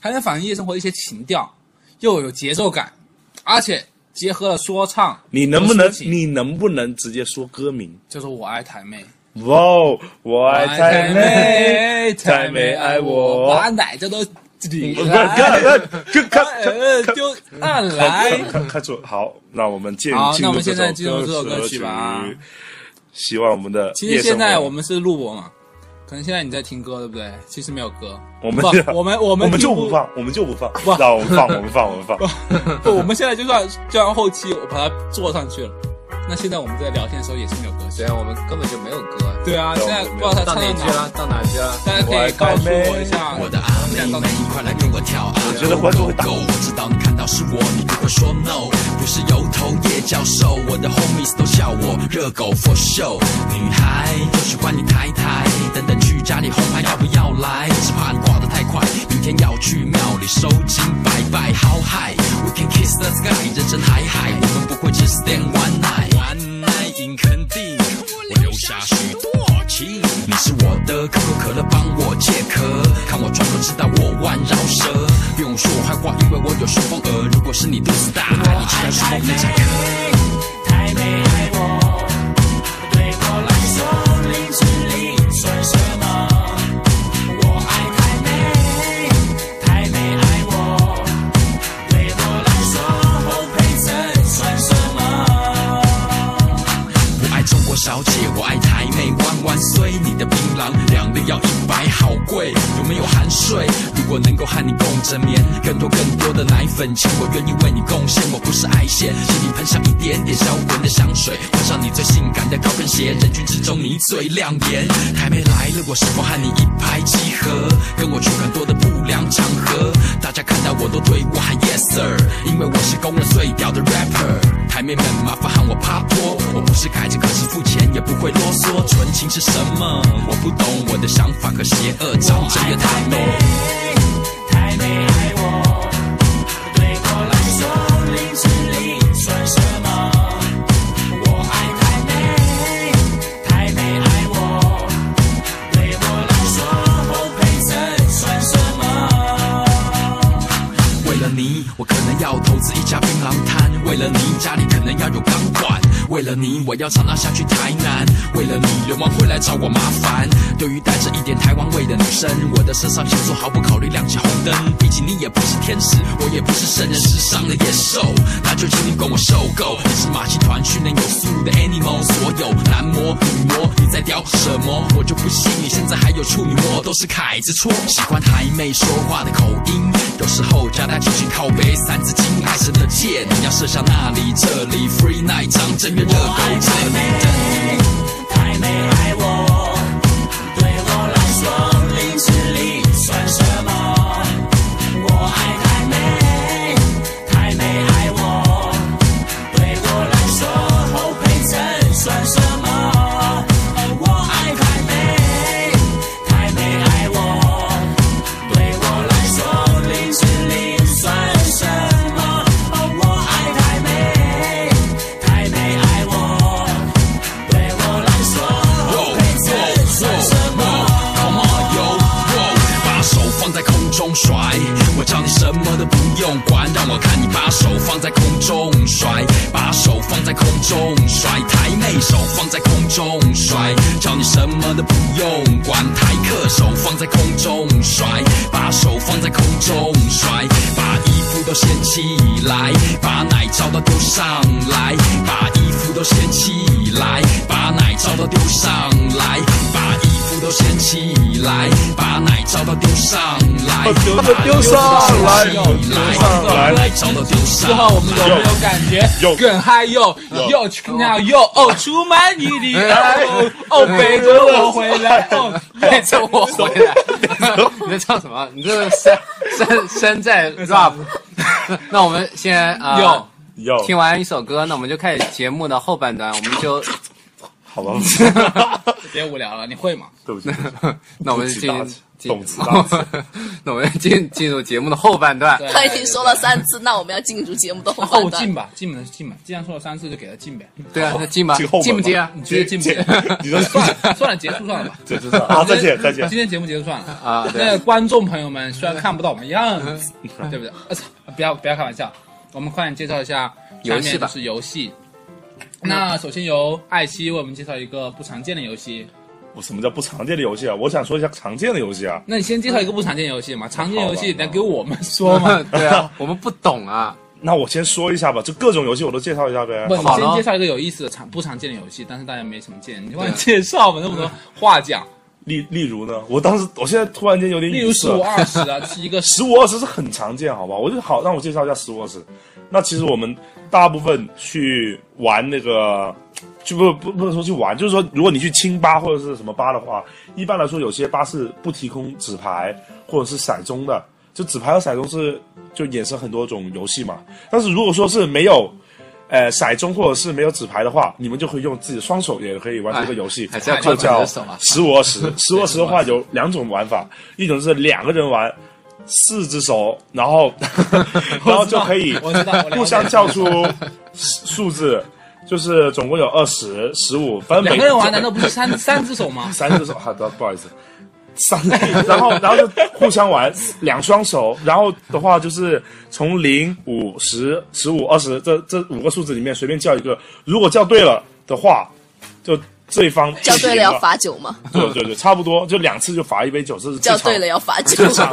S3: 还能反映夜生活的一些情调，又有节奏感，而且结合了说唱。
S1: 你能不能
S3: 和抒情
S1: 你能不能直接说歌名？
S3: 叫做我爱台妹，
S1: 哇，哦，我爱太美，
S3: (laughs) 妹，
S1: 台妹爱我
S3: 把奶这都你
S1: 不看
S3: 来，
S1: 看看看
S3: 呃，就按来。
S1: 看看出好，那我们进
S3: 好
S1: 进
S3: 那我
S1: 入
S3: 们
S1: 这
S3: 现在进入
S1: 首
S3: 这首歌
S1: 曲
S3: 曲吧啊
S1: 希望我们的
S3: 其实
S1: 夜生
S3: 现在
S1: 活
S3: 我们是录播嘛，可能现在你在听歌，对不对？其实没有歌，
S1: 我们 (laughs)
S3: 不，我们我
S1: 我
S3: 们
S1: 们就
S3: 听
S1: 不放，我们就不放
S3: 哇，
S1: 让我们放，我们放，我
S3: (laughs)
S1: 们放。
S3: 不，我们现在就算就算后期我把它做上去了，那现在我们在聊天的时候也是没有歌曲
S2: 对。啊，我们根本就没有歌，
S3: 对啊，现在不知道他唱
S2: 到哪
S3: 到
S2: 一句
S3: 哪，
S2: 了？到哪一句了？
S3: 大家可以告诉我一下。
S5: 我的阿妹们，你快来跟我跳啊！我
S1: 觉得观众会打
S5: 我知道你看到是我，你不会说 no。不是油头叶教授，我的 homies 都笑我热狗 for show。女孩都喜欢你抬抬，等等去家里红牌要不要来？只怕你挂得太快，明天要去庙里收金拜拜。How high，we can kiss the sky，人生海海，我们不会只 stand one night。One night in 肯定，我留下许多情。你是我的可口可乐，帮我顺风耳。如果是你肚子大，你知道顺风非常
S6: 台北，台北爱我，对我来说林志玲算什么？我爱台北，台北爱我，对我来说侯佩岑算什么？
S5: 我爱中国小姐，我爱台妹，弯弯虽你的槟榔两粒要一百，好贵，有没有含税？如果能够和你共枕眠，更多更多的奶粉钱，我愿意为你贡献。我不是爱线，请你喷上一点点销魂的香水，换上你最性感的高跟鞋，人群之中你最亮眼。台妹来了，我是否和你一拍即合？跟我去很多的不良场合，大家看到我都对我喊 yes sir，因为我是公认最屌的 rapper。台妹们，麻烦喊我趴托，我不是凯子，可是付钱也不会啰嗦。纯情是什么？我不懂，我的想法和邪恶长着也太浓。
S6: 台北爱我，对我来说林志玲算什么？我爱台北，台北爱我，对我来说侯佩岑算什么？
S5: 为了你，我可能要投资一家槟榔摊；为了你，家里可能要有钢管；为了你，我要常常下去台南；为了你，流氓会来找我麻烦。对于带着一点台湾味的女生，我的肾上腺素毫不考虑亮起红灯。毕竟你也不是天使，我也不是圣人，时尚的野兽，那就请你跟我受够。你是马戏团训练有素的 animal，所有男模女模，你在雕什么？我就不信你现在还有处女膜，都是凯子错。喜欢台妹说话的口音，有时候夹带几句靠背，三字经，爱神的箭，你要射向那里这里，free night 张真源热狗这里等。
S6: 台妹爱我，对我来说林志玲算什么？我爱台妹，台妹爱我，对我来说侯佩岑算什么？我爱台妹，台妹爱我，对我来说林志玲算什么？我爱台妹，台妹爱我。对我来说，陪衬算什么？
S5: Come on yo，wow，把手放在空中甩，我叫你什么都不用管，让我看你把手放在空中甩，把手放在空中甩，台妹手放在空中甩，叫你什么都不用管，台客手放在空中甩，把手放在空中甩，把衣服都掀起来，把奶罩都丢上来，把衣服都掀起来，把奶罩都丢上来，把衣服都掀起来，把奶罩都丢上来，把
S1: 丢丢丢上来
S5: 丢上来，把奶罩都丢上
S3: 之
S5: 来。
S3: 后我们有没有感觉
S1: 有
S3: 更嗨又又去那又哦，出卖你的爱哦，哦，背着我回来哦，
S1: (laughs)
S2: 带着我回来。你在唱什么？你这个山山山寨 rap。那我们先啊，
S3: 哟
S1: 哟，
S2: 听完一首歌，那我们就开始节目的后半段，我们
S1: (laughs)
S2: 就
S1: 好吧，
S3: (laughs) 别无聊了，你会吗？
S1: 对不起，对不起
S3: (laughs)
S2: 那我们
S1: 不知
S2: 进
S1: 道
S2: 进
S1: 懂知道
S2: (laughs) 那我们进进入节目的后半段。
S4: 他已经说了三次，那我们要进入节目的后
S3: 哦
S4: 半，段。
S3: 进吧，进门进吧，既然说了三次，就给他进呗。
S2: 对啊，那进吧
S1: 哦进后，门
S2: 进不进啊？
S3: 你觉得进不进？
S1: 你 (laughs) 说
S3: 算了算了，结束算了吧。
S1: 这就是
S3: (laughs)
S1: 好，再见再见
S3: 今。天节目结束算了
S2: 啊对
S3: 那观众朋友们虽然看不到我们样子，
S1: 嗯
S3: (laughs) 对不对？我操，不要不要开玩笑，我们快点介绍一下
S2: 游戏
S3: 下面就
S2: 吧？
S3: 是游戏。那首先由艾希为我们介绍一个不常见的游戏。
S1: 我什么叫不常见的游戏啊？我想说一下常见的游戏啊。
S3: 那你先介绍一个不常见游戏嘛？常见游
S1: 嗯
S3: 戏
S1: 好吧
S3: 来给我们说嘛
S1: (laughs)
S2: (laughs) 对啊，我们不懂啊。
S1: 那我先说一下吧，就各种游戏我都介绍一下呗
S3: 不，。你
S2: 好
S3: 先
S2: 了
S3: 介绍一个有意思的常不常见的游戏，但是大家没什么见，你快点介绍嘛，那么多
S1: (laughs)
S3: 话讲。
S1: 例例如呢，我当时我现在突然间有点
S3: 例如
S1: 语
S3: 十
S1: 塞
S3: 五二十啊，是一个
S1: 十五二十是很常见，好吧？我就好让我介绍一下十五二十。那其实我们大部分去玩那个，就不不不能说去玩，就是说如果你去清吧或者是什么吧的话，一般来说有些吧是不提供纸牌或者是骰盅的，就纸牌和骰盅是就衍生很多种游戏嘛。但是如果说是没有。呃，骰盅或者是没有纸牌的话，你们就可以用自己的双手也可以玩这个游戏，
S2: 哎还是要
S1: 就
S2: 靠自己
S1: 叫
S2: 的手啊
S1: 十五二十。十五二十的话有两种玩法，一种是两个人玩，四只手，然
S3: (laughs)
S1: 后然后就可以
S3: 我知道，我了解
S1: 互相叫出数字，就是总共有二十、十五，反正每 (laughs)
S3: 两个人玩，难道不是三三只手吗？
S1: 三只手？好的，不好意思，三个，然
S3: (laughs)
S1: 后然后就互相玩两双手，然后的话就是从零、五、十、十五、二十这这五个数字里面随便叫一个，如果叫对了的话，就这一方
S4: 叫对了
S1: 就赢
S4: 要罚酒吗？
S1: 对对对，差不多就两次就罚一杯酒，这是最
S4: 叫
S1: 常
S4: 对了要罚
S1: (laughs)
S4: 酒
S1: 最。常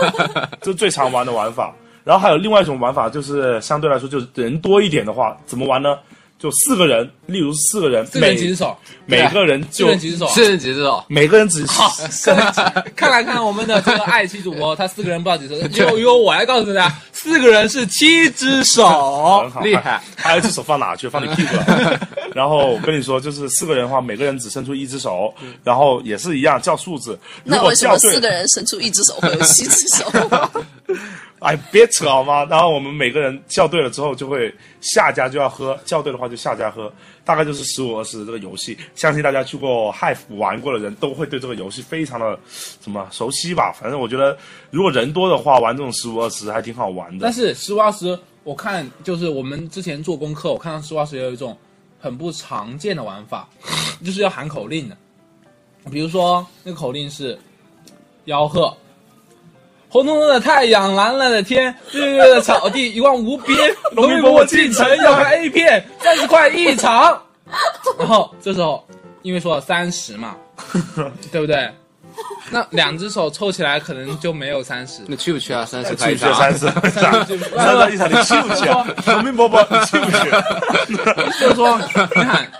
S1: 这是最常玩的玩法。然后还有另外一种玩法，就是相对来说就是人多一点的话，怎么玩呢？就四个人，例如四个人，
S3: 四
S1: 每
S3: 人举手，
S1: 每个人
S3: 四
S1: 就
S3: 人举手。啊
S2: 四人举手，
S1: 每个人只
S3: 看来看我们的这个爱妻主播，他四个人不知道几只手，由由我来告诉大家，四个人是七只手
S1: 很。好
S2: 厉害，
S1: 还有一只手放哪去？放你屁股了。然后我跟你说，就是四个人的话，每个人只伸出一只手，然后也是一样叫数字。如
S4: 那
S1: 果
S4: 为什
S1: 叫
S4: 么
S1: 对
S4: 四，个人伸出一只手会有七只手？ (laughs)
S1: (laughs) 哎，别扯好吗？然后我们每个人叫对了之后，就会下家就要喝，叫对的话就下家喝，大概就是十五二十这个游戏。相信大家去过 h i f 玩过的人都会对这个游戏非常的什么熟悉吧？反正我觉得，如果人多的话，玩这种十五二十还挺好玩的。
S3: 但是十五二十，我看就是我们之前做功课，我看到十五二十有一种很不常见的玩法， (laughs) 就是要喊口令的。比如说那个口令是吆喝。红彤彤的太阳，蓝蓝的天，绿绿的草地，一望无边。
S1: 农
S3: 农
S1: 民
S3: 民
S1: 伯伯
S3: 伯伯
S1: 进
S3: 进
S1: 城
S3: 城要看 A 片，三十块一场。然后这时候，因为说了三十嘛， (laughs) 对不对？那两只手凑起来可能就没有三十。
S2: 那去不去啊？三十
S1: 去不
S2: 块一
S1: 去
S2: 张，
S1: 三十？
S3: 啊 (laughs)
S1: 三十一场，你去不去啊？农民伯伯，你去不啊去？
S3: 就是说，你看，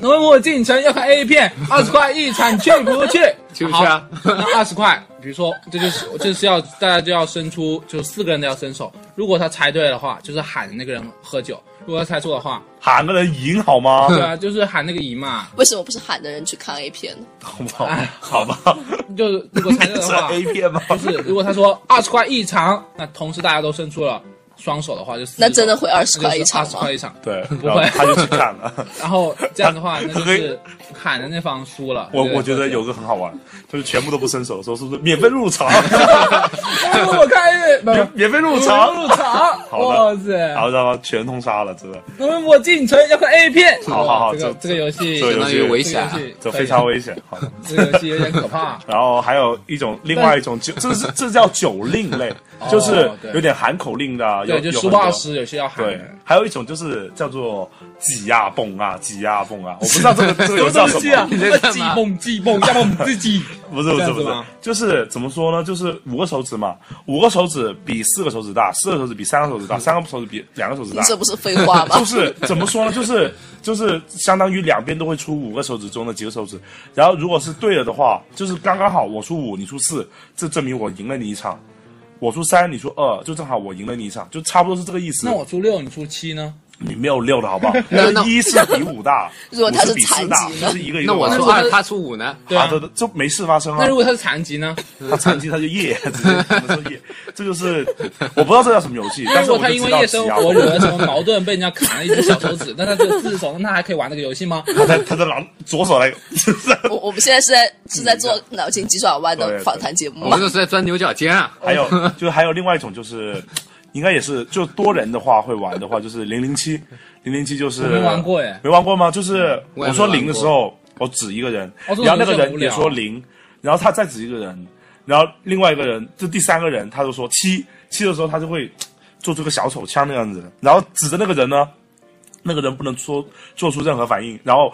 S3: 农民伯进城要看 A 片，二十块一场，去不
S1: (laughs)
S3: 去？
S2: 去不去啊
S3: 好那二十块，比如说，这就是就是要大家就要伸出，就四个人都要伸手。如果他猜对的话，就是喊那个人喝酒；如果他猜错的话，
S1: (laughs) 喊个人赢好吗？
S3: (laughs) 对啊，就是喊那个姨嘛。
S4: 为什么不是喊的人去看 A 片呢？
S1: 好不好？好吧，
S3: (laughs) 就是如果猜对的
S1: (laughs) 是
S3: 话，
S1: A 片吗？
S3: 不是，如果他说二十块一场，那同时大家都伸出了双手的话，就四
S4: 那真的会二十块一
S3: 二
S4: 场
S3: 十
S4: 吗
S3: 块？一场。
S1: 对，
S3: 不
S1: 然后
S3: 会
S1: 他就去看了。
S3: (laughs) 然后这样的话，那
S1: 他
S3: 就
S1: 可以 (laughs)
S3: 是喊的那方输了。
S1: 我
S3: 对
S1: 我觉得有个很好玩， (laughs) 就是全部都不伸手的时候，是 (laughs) 不是免费入
S3: (laughs)
S1: 场？
S3: (laughs) 哎我看没有
S1: 免免费入场，
S3: 入场，
S1: 好的
S3: 哇塞！
S1: 然后让他全通杀了，真的，
S3: 我们我进城要看 A 片，
S1: 好好好
S3: 这个
S1: 这
S3: 这个游戏，
S1: 这个游
S2: 相当于危险啊
S3: 这个游。戏
S1: 这非常危险。
S3: (laughs)
S1: 好的，。
S3: 这个游戏有点可怕
S1: 然后还有一种另外一种酒，这是这叫酒令类，就是
S3: 哦对
S1: 有点喊口令的， (laughs) 啊有
S3: 对，就
S1: 有
S3: 实
S1: 很
S3: 话
S1: 多。
S3: 实有些要喊
S1: 对，还有一种就是叫做挤呀蹦啊，挤呀蹦啊，我不知道这个
S3: (laughs)
S1: 这个游戏叫
S3: 东
S1: 什
S3: 西啊
S1: 么，，
S3: (laughs)
S2: 在干
S3: 既
S2: 嘛
S3: 梦既梦，要么我们自己。
S1: 不是不
S3: 这
S1: 是
S3: 样
S1: 不
S3: 子
S1: 是
S3: 吗，
S1: 就是怎么说呢？就是五个手指嘛，五个手指比四个手指大，四个手指比三个手指大，三个手指比两个手指大，
S4: 这不是废话
S1: (laughs)
S4: 吗
S3: (laughs)
S1: 就？是怎么说呢？就是就是相当于两边都会出五个手指中的几个手指，然后如果是对了的话，就是刚刚好，我出五，你出四，这证明我赢了你一场；我出三，你出二，就正好我赢了你一场，就差不多是这个意思
S3: 那。我出六，你出七呢？
S1: 你没有六的好不好？
S2: 那那
S1: 一是比五大，
S4: 如果
S1: 五
S4: 他
S1: 是
S4: 是
S1: 比四大，
S4: 残疾
S1: 就
S4: 呢
S1: 是一个一个
S2: 那我
S1: 玩
S2: 出二，他出五呢？
S3: 对
S1: 啊
S3: 啊。
S1: 对对，就没事发生啊
S3: (laughs) 那。如果他是残疾呢？
S1: 他残疾他就夜，直接只能说夜，这就是我不知道这叫什么游戏，但
S3: 如
S1: 是我
S3: 果 (laughs)
S1: 就
S3: 他因
S1: 知
S3: 为
S1: 道
S3: 夜
S1: 挤
S3: 生
S1: 啊
S3: 活惹了什么矛盾，被人家砍了一只小手指，那 (laughs) 他这个四只手，那他还可以玩这个游戏吗？
S1: 他在他在拿左手来， (laughs)
S4: 我我们现在是在是在做脑筋急转弯
S1: 对对
S4: 的
S1: 对
S4: 访谈节目
S2: 我
S4: 吗
S2: 们？这是在钻牛角尖啊！
S1: 还
S3: (laughs)
S1: 有就是还有另外一种就是，应该也是就多人的话会玩的话，就是零零
S3: (laughs)
S1: 七，零零七就是
S3: 我没玩过耶嗯
S1: 没玩过吗？就是
S2: 我
S1: 我
S2: 也没
S1: 说
S2: 玩
S1: 零的
S2: 过
S1: 时候，我指一个人，
S3: 哦这种
S1: 然后那个
S3: 游戏很
S1: 人
S3: 无
S1: 也
S3: 聊
S1: 说零，然后他再指一个人，然后另外一个人就第三个人他就说七，七的时候他就会做出个小手枪那样子，然后指着那个人呢，那个人不能说做出任何反应，然后。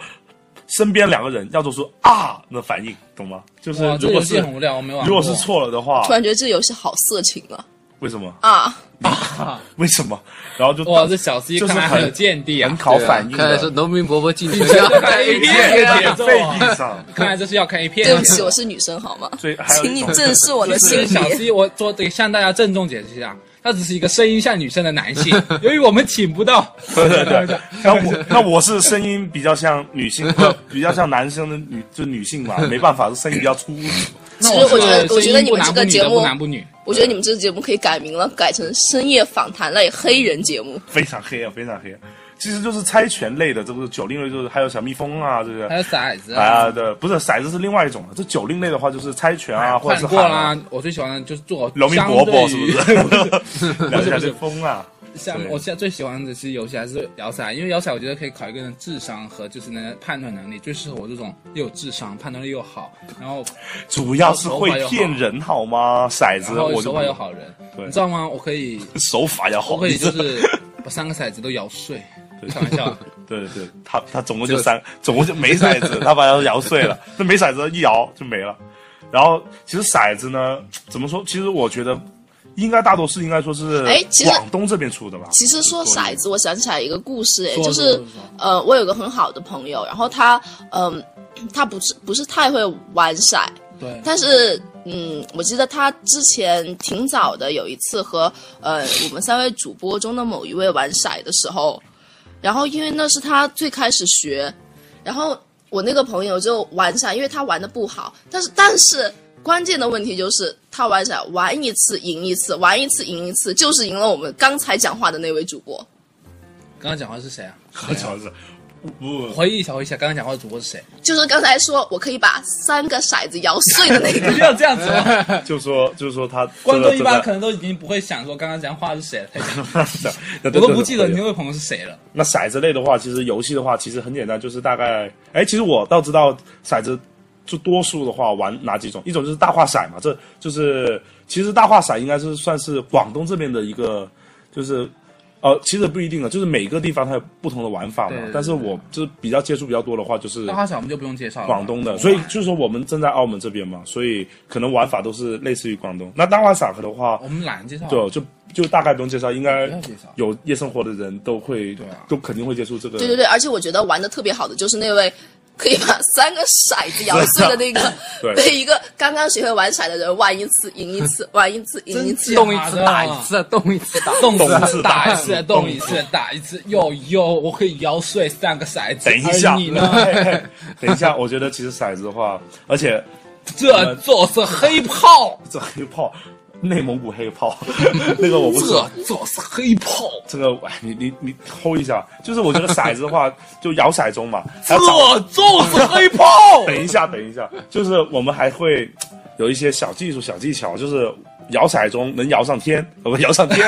S1: 身边两个人要做出啊的反应，懂吗？就是
S3: 哇，
S1: 如
S3: 这个
S1: 果
S3: 游戏
S1: 是
S3: 很无聊，我没玩过。
S1: 如果是错了的话
S4: 突，然觉得这游戏好色情啊
S1: 为什么？
S4: 啊！
S1: (laughs) 为什么？然后就
S3: 哇，这小 C
S1: 就是
S3: 看来
S1: 很
S3: 很有见地啊
S1: (laughs) 很！考反应
S2: 看来
S1: 的，
S2: 是农民伯伯进城
S3: (laughs)
S2: 要
S3: 哎
S2: 看 A 片，
S1: 免费
S3: 啊
S1: 印上。
S3: 看来这是要看 A 片。啊
S4: 对不
S1: 啊
S4: 起，我是女生好吗？
S1: 所以还有一
S4: 请你
S1: 种
S4: 正视我的性
S3: 是小
S4: 别。
S3: C，我做得向大家郑重解释一下，他只是一个声音像女生的男
S4: (laughs)
S3: 性，由于我们请不到，
S1: 对对对，那我那我是声音比较像女性， (laughs) 不比较像男生的女就女
S4: (laughs)
S1: 性嘛，没办法，声音比较粗。
S4: 其
S3: 那
S4: 实我觉得，我觉得你们这个节目
S3: 不，男不女，
S4: 我觉得你们这个节目可以改名了，改成深夜访谈类黑人节目。
S1: 非常黑啊，非常黑、啊。其实就是猜拳类的，这个酒令类就是还有小蜜蜂啊，这个
S3: 还有骰子
S1: 啊，对，不是骰子是另外一种啊的。这酒令类的话就是猜拳啊，或者
S3: 换
S1: 是
S3: 哎过
S1: 喊啊，
S3: 啦。我最喜欢的就是做
S1: 农民伯伯
S3: 相
S1: 是
S3: 对
S1: 不
S3: 于
S1: (laughs) 是？两
S3: 不是
S1: 下就疯啊，
S3: (laughs) 像
S1: 对
S3: 我现在最喜欢的其实游戏还是摇骰，因为摇骰我觉得可以考一个人的智商和就是那个判断能力，最适合我这种又有智商、判断力又好，然后
S1: 主要是会骗人好吗？骰
S3: 然
S1: 子，
S3: 后
S1: (laughs) 我
S3: 手
S1: 就
S3: 法又好人，
S1: 对
S3: 你知道吗？我可以，
S1: 手法要
S3: 我
S1: 好，
S3: 可以就
S1: 你知道
S3: 是把三个骰子都摇碎，
S1: 对
S3: 开玩
S1: (laughs)
S3: 笑，
S1: 对对，他他总共就
S3: 这个
S1: 三，总共就没骰
S3: (laughs)
S1: 子，他把它摇碎了。那没骰子一摇就没了。然后其实骰子呢，怎么说？其实我觉得应该大多数应该说是
S4: 哎其实
S1: 广东这边出的吧。
S4: 其实说骰子，我想起来一个故事，哎，
S3: 说
S4: 就是
S3: 说说
S4: 呃，我有个很好的朋友，然后他嗯、他不是不是太会玩骰，
S3: 对，
S4: 但是嗯，我记得他之前挺早的有一次和呃我们三位主播中的某一位玩骰的时候，然后因为那是他最开始学，然后我那个朋友就玩骰，因为他玩的不好，但是但是关键的问题就是他玩骰玩一次赢一次，玩一次赢一次，就是赢了我们刚才讲话的那位主播。
S3: 刚刚讲话是谁啊？
S1: 好像是，不不
S3: 回忆一下，回忆一下，刚刚讲话的主播是谁？
S4: 就是刚才说我可以把三个骰子摇碎的那个，
S3: 不要这样子嘛，
S1: 就说就说他
S3: (laughs) 观众一般可
S1: 真
S3: 能都已经不会想说刚刚讲话是谁了，
S1: 的 (laughs) 真的
S3: 我都不记得
S1: 对对对
S3: 你那位朋友是谁了。
S1: 那骰子类的话，其实游戏的话，其实很简单，就是大概，哎，其实我倒知道骰子，就多数的话玩哪几种，一种就是大话骰嘛，这就是其实大话骰应该是算是广东这边的一个，就是，呃，其实不一定了，就是每个地方它有不同的玩法嘛
S3: 对对。对
S1: 但是我就是比较接触比较多的话，就是
S3: 大花小我们就不用介绍了，哦
S1: 广东的，所以就是说我们正在澳门这边嘛，所以可能玩法都是类似于广东。那大话骰的话，
S3: 我们懒得介绍，
S1: 对，就就大概不用介绍，应该
S3: 哦不要介绍
S1: 有夜生活的人都会，
S3: 对啊
S1: 都肯定会接触这个。，
S4: 对对对，而且我觉得玩的特别好的就是那位可以把三个骰子摇碎的那个
S1: (laughs) 对
S4: 被一个刚刚学会玩骰的人玩一次赢一次，玩一次赢一次。
S3: 真假
S7: 动一次打一次，动一次打。
S3: 动
S1: 动
S3: 一
S1: 次
S3: 次
S1: 打
S3: 打
S1: 一
S3: 一
S1: 次
S3: 次，动一次打一次，哟哟，我可以摇碎三个骰子。
S1: 等一下
S3: 而哎你 (laughs) 呢？
S1: (laughs) 等一下，我觉得其实骰子的话，而且
S3: 这就是黑炮，
S1: 这黑炮，内蒙古黑炮， (laughs) 那个我不说。
S3: 这就是黑炮，
S1: 这个，哎，你你你偷一下，就是我觉得骰子的话，就摇骰盅
S3: (laughs)
S1: 嘛，还
S3: 这
S1: 要找
S3: 就是黑炮。
S1: 等一下，等一下，就是我们还会有一些小技术、小技巧，就是摇骰盅能摇上天，呃不摇上
S3: (laughs)
S1: 天，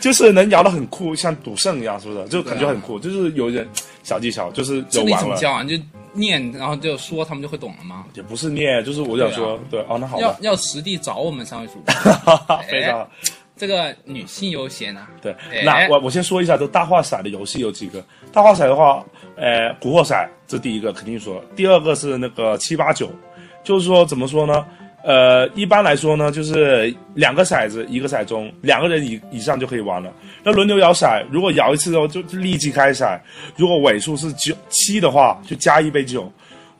S1: 就是能摇得很酷，像赌圣一样，是不是？就感觉很酷，
S3: 啊
S1: 就是有一点小技巧，就是有
S3: 这你
S1: 玩
S3: 怎么
S1: 了，
S3: 教啊？你就念，然后就说，他们就会懂了吗？
S1: 也不是念，就是我想说，对,、哦，那好
S3: 要
S1: 吧，
S3: 要实地找我们三位主 (laughs) 播，
S1: (laughs) 非常好。
S3: 这个女性优先啊。
S1: 对，
S3: 哎
S1: 那我我先说一下，这大话骰的游戏有几个？大话骰的话，呃，古惑骰这第一个肯定说，第二个是那个七八九，就是说怎么说呢？呃，一般来说呢，就是两个骰子，一个骰盅，两个人以以上就可以玩了。那轮流摇骰，如果摇一次之后哦就就立即开骰，如果尾数是九七的话，就加一杯酒；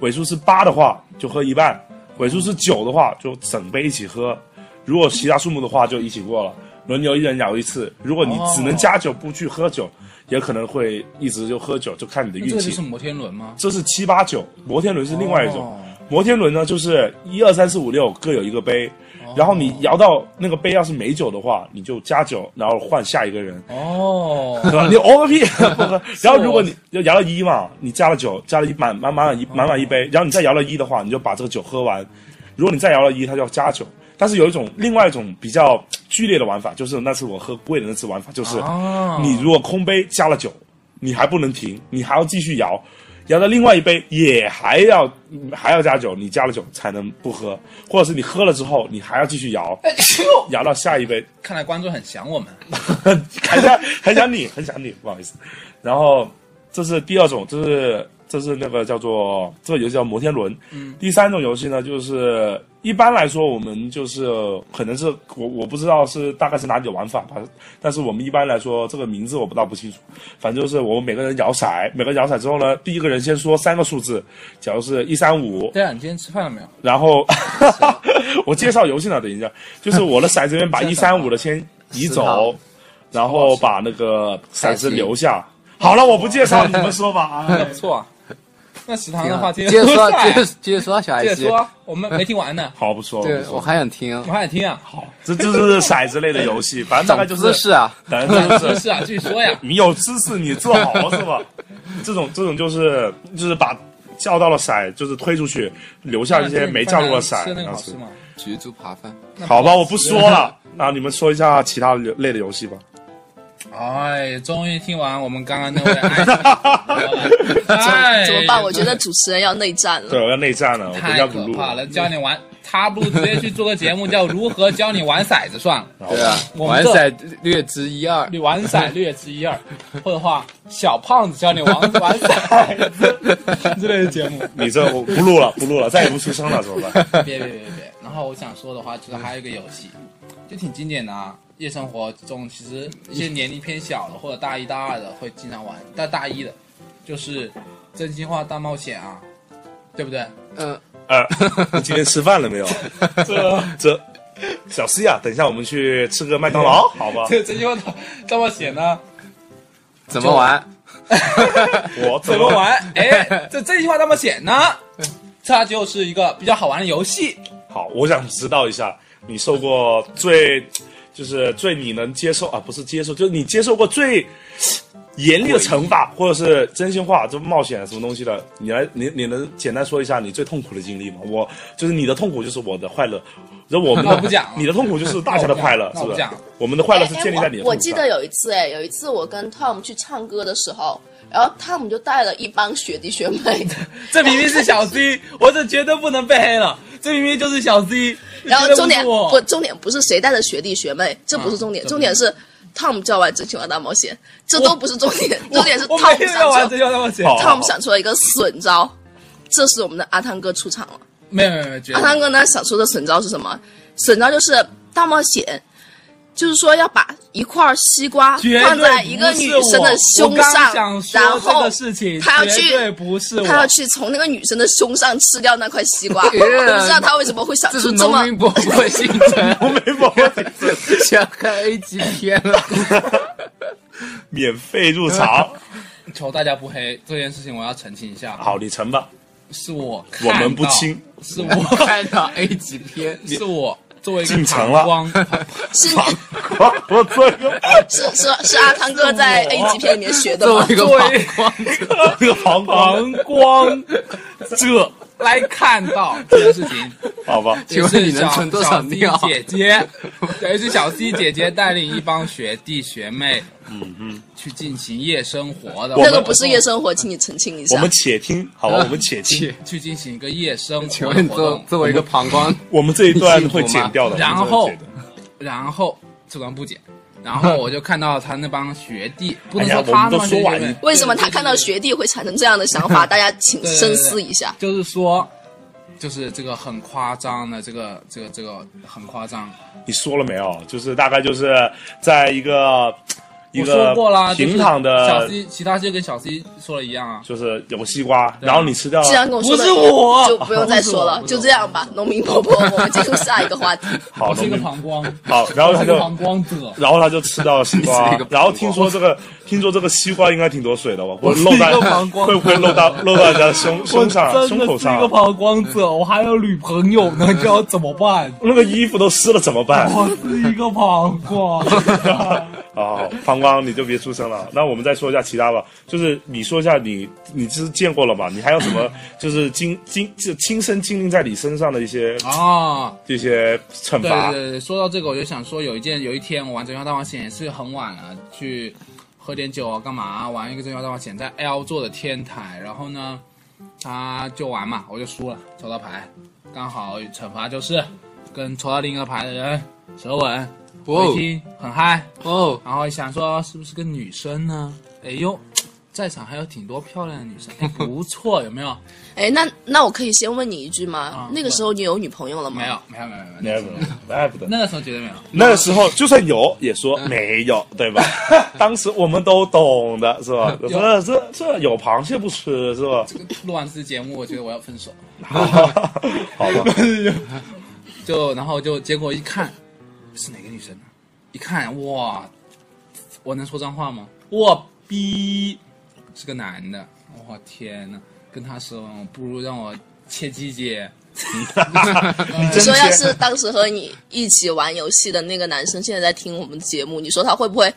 S1: 尾数是八的话，就喝一半；尾数是九的话，就整杯一起喝。如果其他数目的话，就一起过了，轮流一人摇一次。如果你只能加酒不去喝酒，也可能会一直就喝酒，就看你的
S3: 那
S1: 运
S3: 这个就
S1: 气。
S3: 是摩天轮吗？
S1: 这是七八九，摩天轮是另外一种。
S3: 哦
S1: 摩天轮呢，就是一二三四五六各有一个杯，然后你摇到那个杯要是没酒的话，你就加酒，然后换下一个人，
S3: 哦，
S1: 对吧？你哦个 (laughs) 屁，不喝。然后如果你就摇到一嘛，你加了酒，加了一满满满满一满满一杯，然后你再摇到一的话，你就把这个酒喝完。如果你再摇到一，它就要加酒。但是有一种另外一种比较剧烈的玩法，就是那次我喝贵的那次玩法，就是
S3: 哦
S1: 你如果空杯加了酒，你还不能停，你还要继续摇，摇到另外一杯也还要还要加酒，你加了酒才能不喝，或者是你喝了之后你还要继续摇，摇到下一杯，
S3: 看来观众很想我们。
S1: (laughs) 很想很想你，很想你，不好意思。然后这是第二种，这是这是那个叫做这个游戏叫摩天轮。嗯。第三种游戏呢，就是一般来说我们就是可能是我我不知道是大概是哪里的玩法吧，但是我们一般来说这个名字我不倒不清楚，反正就是我们每个人摇骰，每个人摇骰之后呢，第一个人先说三个数字，假如是一三五，
S3: 对啊，你今天吃饭了没有？
S1: 然后 (laughs) 我介绍游戏呢，等一下，就是我的骰子
S3: (laughs)
S1: 边把一三五的先移走，然后把那个骰子留下。好了，我不介绍，你们说
S3: (laughs)
S1: 吧。啊，
S3: 不错啊。那食堂的话，今
S7: 啊接
S3: 天
S7: 着说，
S3: 喝 (laughs) 菜
S7: 接着接着说，小
S3: 接
S7: 孩
S3: 着
S7: 子
S3: 说。啊，我们没听完呢。 (laughs)
S1: 好，不说了，
S7: 对
S1: 不，
S7: 我
S1: 说了。
S7: 还想听。
S3: 我还想听啊，好，
S1: 这这就是骰子类的游戏，反正大概就
S3: (laughs)
S7: 姿
S1: 是，
S7: 势啊，
S1: 反正就是
S3: 是啊，继续说呀。
S1: 你有知识，你做好了是
S3: (laughs)
S1: 吧？这种这种就是就是把叫到了骰，就是推出去，留 (laughs) 下一些没叫到的骰
S3: 吃。那个
S1: 那
S3: 好
S1: 是
S3: 吃吗？
S7: 焗猪扒饭。
S3: (laughs)
S1: 好吧，我不说了。那你们说一下其他类的游戏吧。 (laughs)
S3: 哎，终于听完我们刚刚那
S7: (laughs)
S3: 位爱情的哎，
S4: 怎么办？我觉得主持人要内战了
S1: 对，。我要内战了，我回
S3: 太
S1: 家不
S3: 可
S1: 录
S3: 怕了，教你玩，他不如直接去做个
S1: (laughs)
S3: 节目叫《如何教你玩骰子算
S7: 对啊，
S3: 我
S7: 玩
S3: 们这
S7: 骰略知一二》，，
S3: 你玩骰略知一二， (laughs) 或者话小胖子教你玩玩骰子之类的节目。
S1: 你这我不录了，不录了，再也不出声了，怎么办？
S3: (laughs) 别别别别别。然后我想说的话就是还有一个游戏，就挺经典的啊。夜生活中其实一些年龄偏小的或者大一大二的会经常玩，但大一的，就是真心话大冒险啊，对 (laughs) 不对？
S7: 嗯，
S1: 二，呃你今天吃饭了
S3: (laughs)
S1: 没有？这这，小 C 啊，等一下我们去吃个麦当劳，好吧？
S3: 这真心话大大冒险啊 (laughs) 呢，
S7: 怎么玩？
S1: 我
S3: 怎么？玩？哎，这真心话大冒险呢，它就是一个比较好玩的游戏。
S1: 好，我想知道一下，你受过最，就是最你能接受啊，不是接受，就是你接受过最严厉的惩罚，或者是真心话，这冒险什么东西的，你来，你你能简单说一下你最痛苦的经历吗？我就是你的痛苦就是我的快乐，然后我们
S3: 那
S1: 的
S3: 我不讲了
S1: 你的痛苦就是大家的快乐，
S3: 那
S1: 是
S3: 我不
S1: 不是
S3: 讲了？
S1: 我们的快乐
S4: 哎
S1: 是
S4: 哎
S1: 建立在你的
S4: 我。我
S1: 痛苦
S4: 记
S1: 上 (laughs)
S4: 得有一次，哎，有一次我跟 Tom 去唱歌的时候，然后 Tom 就带了一帮学弟学妹，
S3: 这明明是小 C，我这绝对不能被黑了。这明明就是小 C，这
S4: 然后
S3: 绝对
S4: 重点
S3: 是我
S4: 不重点不是谁带的学弟学妹，这不是重点，
S3: 啊
S4: 重点是 Tom 叫玩《真心话大冒险》，这都不是重点，重点是
S3: 我没
S4: Tom
S3: 有要玩
S4: 想
S3: 真
S4: 出
S3: 心话大冒险。
S1: 好
S4: Tom 想出了一个损招，这时我们的阿汤哥出场了。
S3: 没有没有没有，绝
S4: 阿
S3: 对
S4: 汤哥呢想出的损招是什么？损招就是大冒险，就是说要把一块西瓜
S3: 绝
S4: 放在
S3: 对
S4: 一个女生的胸
S3: 不是我我刚
S4: 上
S3: 想，说
S4: 然
S3: 这
S4: 后
S3: 个事情
S4: 他要去
S3: 绝对不是我，
S4: 他要去从那个女生的胸上吃掉那块西瓜。我不
S7: 哎呀
S4: 知道他为什么会想
S7: 这
S4: 出
S7: 是
S4: 这么
S7: 农民 (laughs) 伯伯的行程，
S1: 没办法，
S7: 想看 A 级片了。
S1: (laughs) 免费入
S4: (laughs)
S1: 场。
S3: 求大家不黑这件事情，我要澄清一下，
S1: 好，你成吧，
S3: 是我看
S1: 我
S3: 到
S1: 们不亲，
S3: 是
S7: 我 (laughs)
S3: 我，
S7: 看到 A 级片
S3: 是我作为一个
S1: 进城
S3: 膀
S1: 了
S3: 胱，
S7: (laughs)
S4: 是
S1: (laughs) 我这个
S4: 是是是阿汤哥
S3: (laughs)
S4: 在 A 级片里面学的
S7: 作
S4: 吗
S7: 为一？个
S3: 作
S7: 膀
S3: 为
S7: 胱，
S1: 这个膀
S3: 膀
S1: 胱， (laughs)
S3: 胱者来看到这件事情，
S1: 好吧？
S7: (laughs) 请问你能存多少
S3: 也
S7: 尿
S3: 是小？姐
S7: (laughs)
S3: 姐，等于是小 C 姐姐带领一帮学弟学妹，嗯嗯，去进行夜生活的活
S4: 那
S3: 动，
S4: 个不是夜生活，请你澄清一
S1: (laughs) 我
S4: 下
S3: 啊
S1: 们。且听，好吧？
S3: (laughs)
S1: 我们且听，
S3: 去进行一个夜生
S7: 请
S3: 活
S7: 问
S3: 的
S7: 你
S3: 活
S7: 作
S3: 动，
S7: 作为一个膀胱，
S1: 我们这一
S3: (laughs)
S1: 段会剪掉的。
S3: 你幸福吗
S1: 我们这段会剪掉
S3: 然后这段不剪，然后我就看到他那帮学弟，不能
S1: 哎呀
S3: 说他
S1: 我们都
S3: 那帮学
S1: 说完
S3: 弟，
S4: 为什么他看到学弟会产生这样的想
S3: (laughs)
S4: 法？大家请
S3: 对对对
S4: 深思一下。
S3: 就是说，就是这个很夸张的，这个这个这个很夸张。
S1: 你说了没有？就是大概就是在一个一
S3: 我
S1: 个
S3: 说过啦，就是
S1: 平躺
S3: 小
S1: 的，
S3: C，其他就跟小 C 说的一样啊。
S1: 就是有个西瓜，然后你吃掉
S4: 既然
S1: 了。
S4: 跟我说的
S3: 不是我
S4: 就不用再说了，
S3: 不是我
S4: 就这样吧。农民伯 (laughs) 伯，我们进入下一个话题。
S1: 好
S3: 我是一个
S1: 农民
S3: 膀胱，
S1: (laughs) 好，然后
S3: (laughs) 我
S1: 他
S3: 是一个
S1: 就，
S3: 膀胱者，
S1: 然后他就吃到了西
S3: (laughs)
S7: 你是
S1: 瓜
S7: 一个，
S1: 然后听说这个，听说这个西瓜应该挺多水的吧？会漏
S7: 一
S1: 到
S7: 个膀胱
S1: 会不会漏
S3: (laughs)
S1: 到漏到人家的胸胸上、
S3: 真
S1: 胸
S3: 的
S1: 口
S3: 是一
S1: 上
S3: 个
S1: 啊？
S3: 膀胱者，我还有女朋友呢，你要怎么
S1: (laughs)
S3: 办？
S1: 那个衣服都湿了怎么办？
S3: 我是一个膀胱。
S1: 啊，膀胱你就别出声了。那我们再说一下其他吧，就是你说一下你你是见过了吧？你还有什么就是经经就亲身经历在你身上的一些
S3: 啊，
S1: 这些惩
S3: 对
S1: 罚？
S3: 对对，说到这个，我就想说，有一件有一天我玩《真心话大冒险》也是很晚了，去喝点酒啊，干嘛啊、玩一个《真心话大冒险》在 L 座的天台，然后呢，他就玩嘛，我就输了，抽到牌，刚好惩罚就是跟抽到另一个牌的人舌吻，
S7: 哇
S3: 我一听很嗨，
S7: 哦，
S3: 然后想说是不是个女生呢？哎呦，在场还有挺多漂亮的女生，哎不错，有没有？
S4: 哎，那那我可以先问你一句吗
S3: 啊？
S4: 那个时候你有女朋友了吗？
S3: 没。有，没有，没有，没
S1: 那
S3: 有，
S1: 不能，那不能。
S3: 那个时候绝对没有。
S1: 那个时候就算有，也说没有，对吧？当时我们都懂的，是吧？这这这有螃蟹不吃，是吧？
S3: 录完这期节目，我觉得我要分手。
S1: 好吧，
S3: 就然后就结果一看，是哪个女生呢？一看哇，我能说脏话吗？我逼，是个男的。我天呐，跟他说，不如让我切鸡姐。
S1: 你
S4: 你
S1: 真
S4: 说要
S1: 切
S4: 是当时和你一起玩游戏的那个男生现在在听我们节目，你说他会不会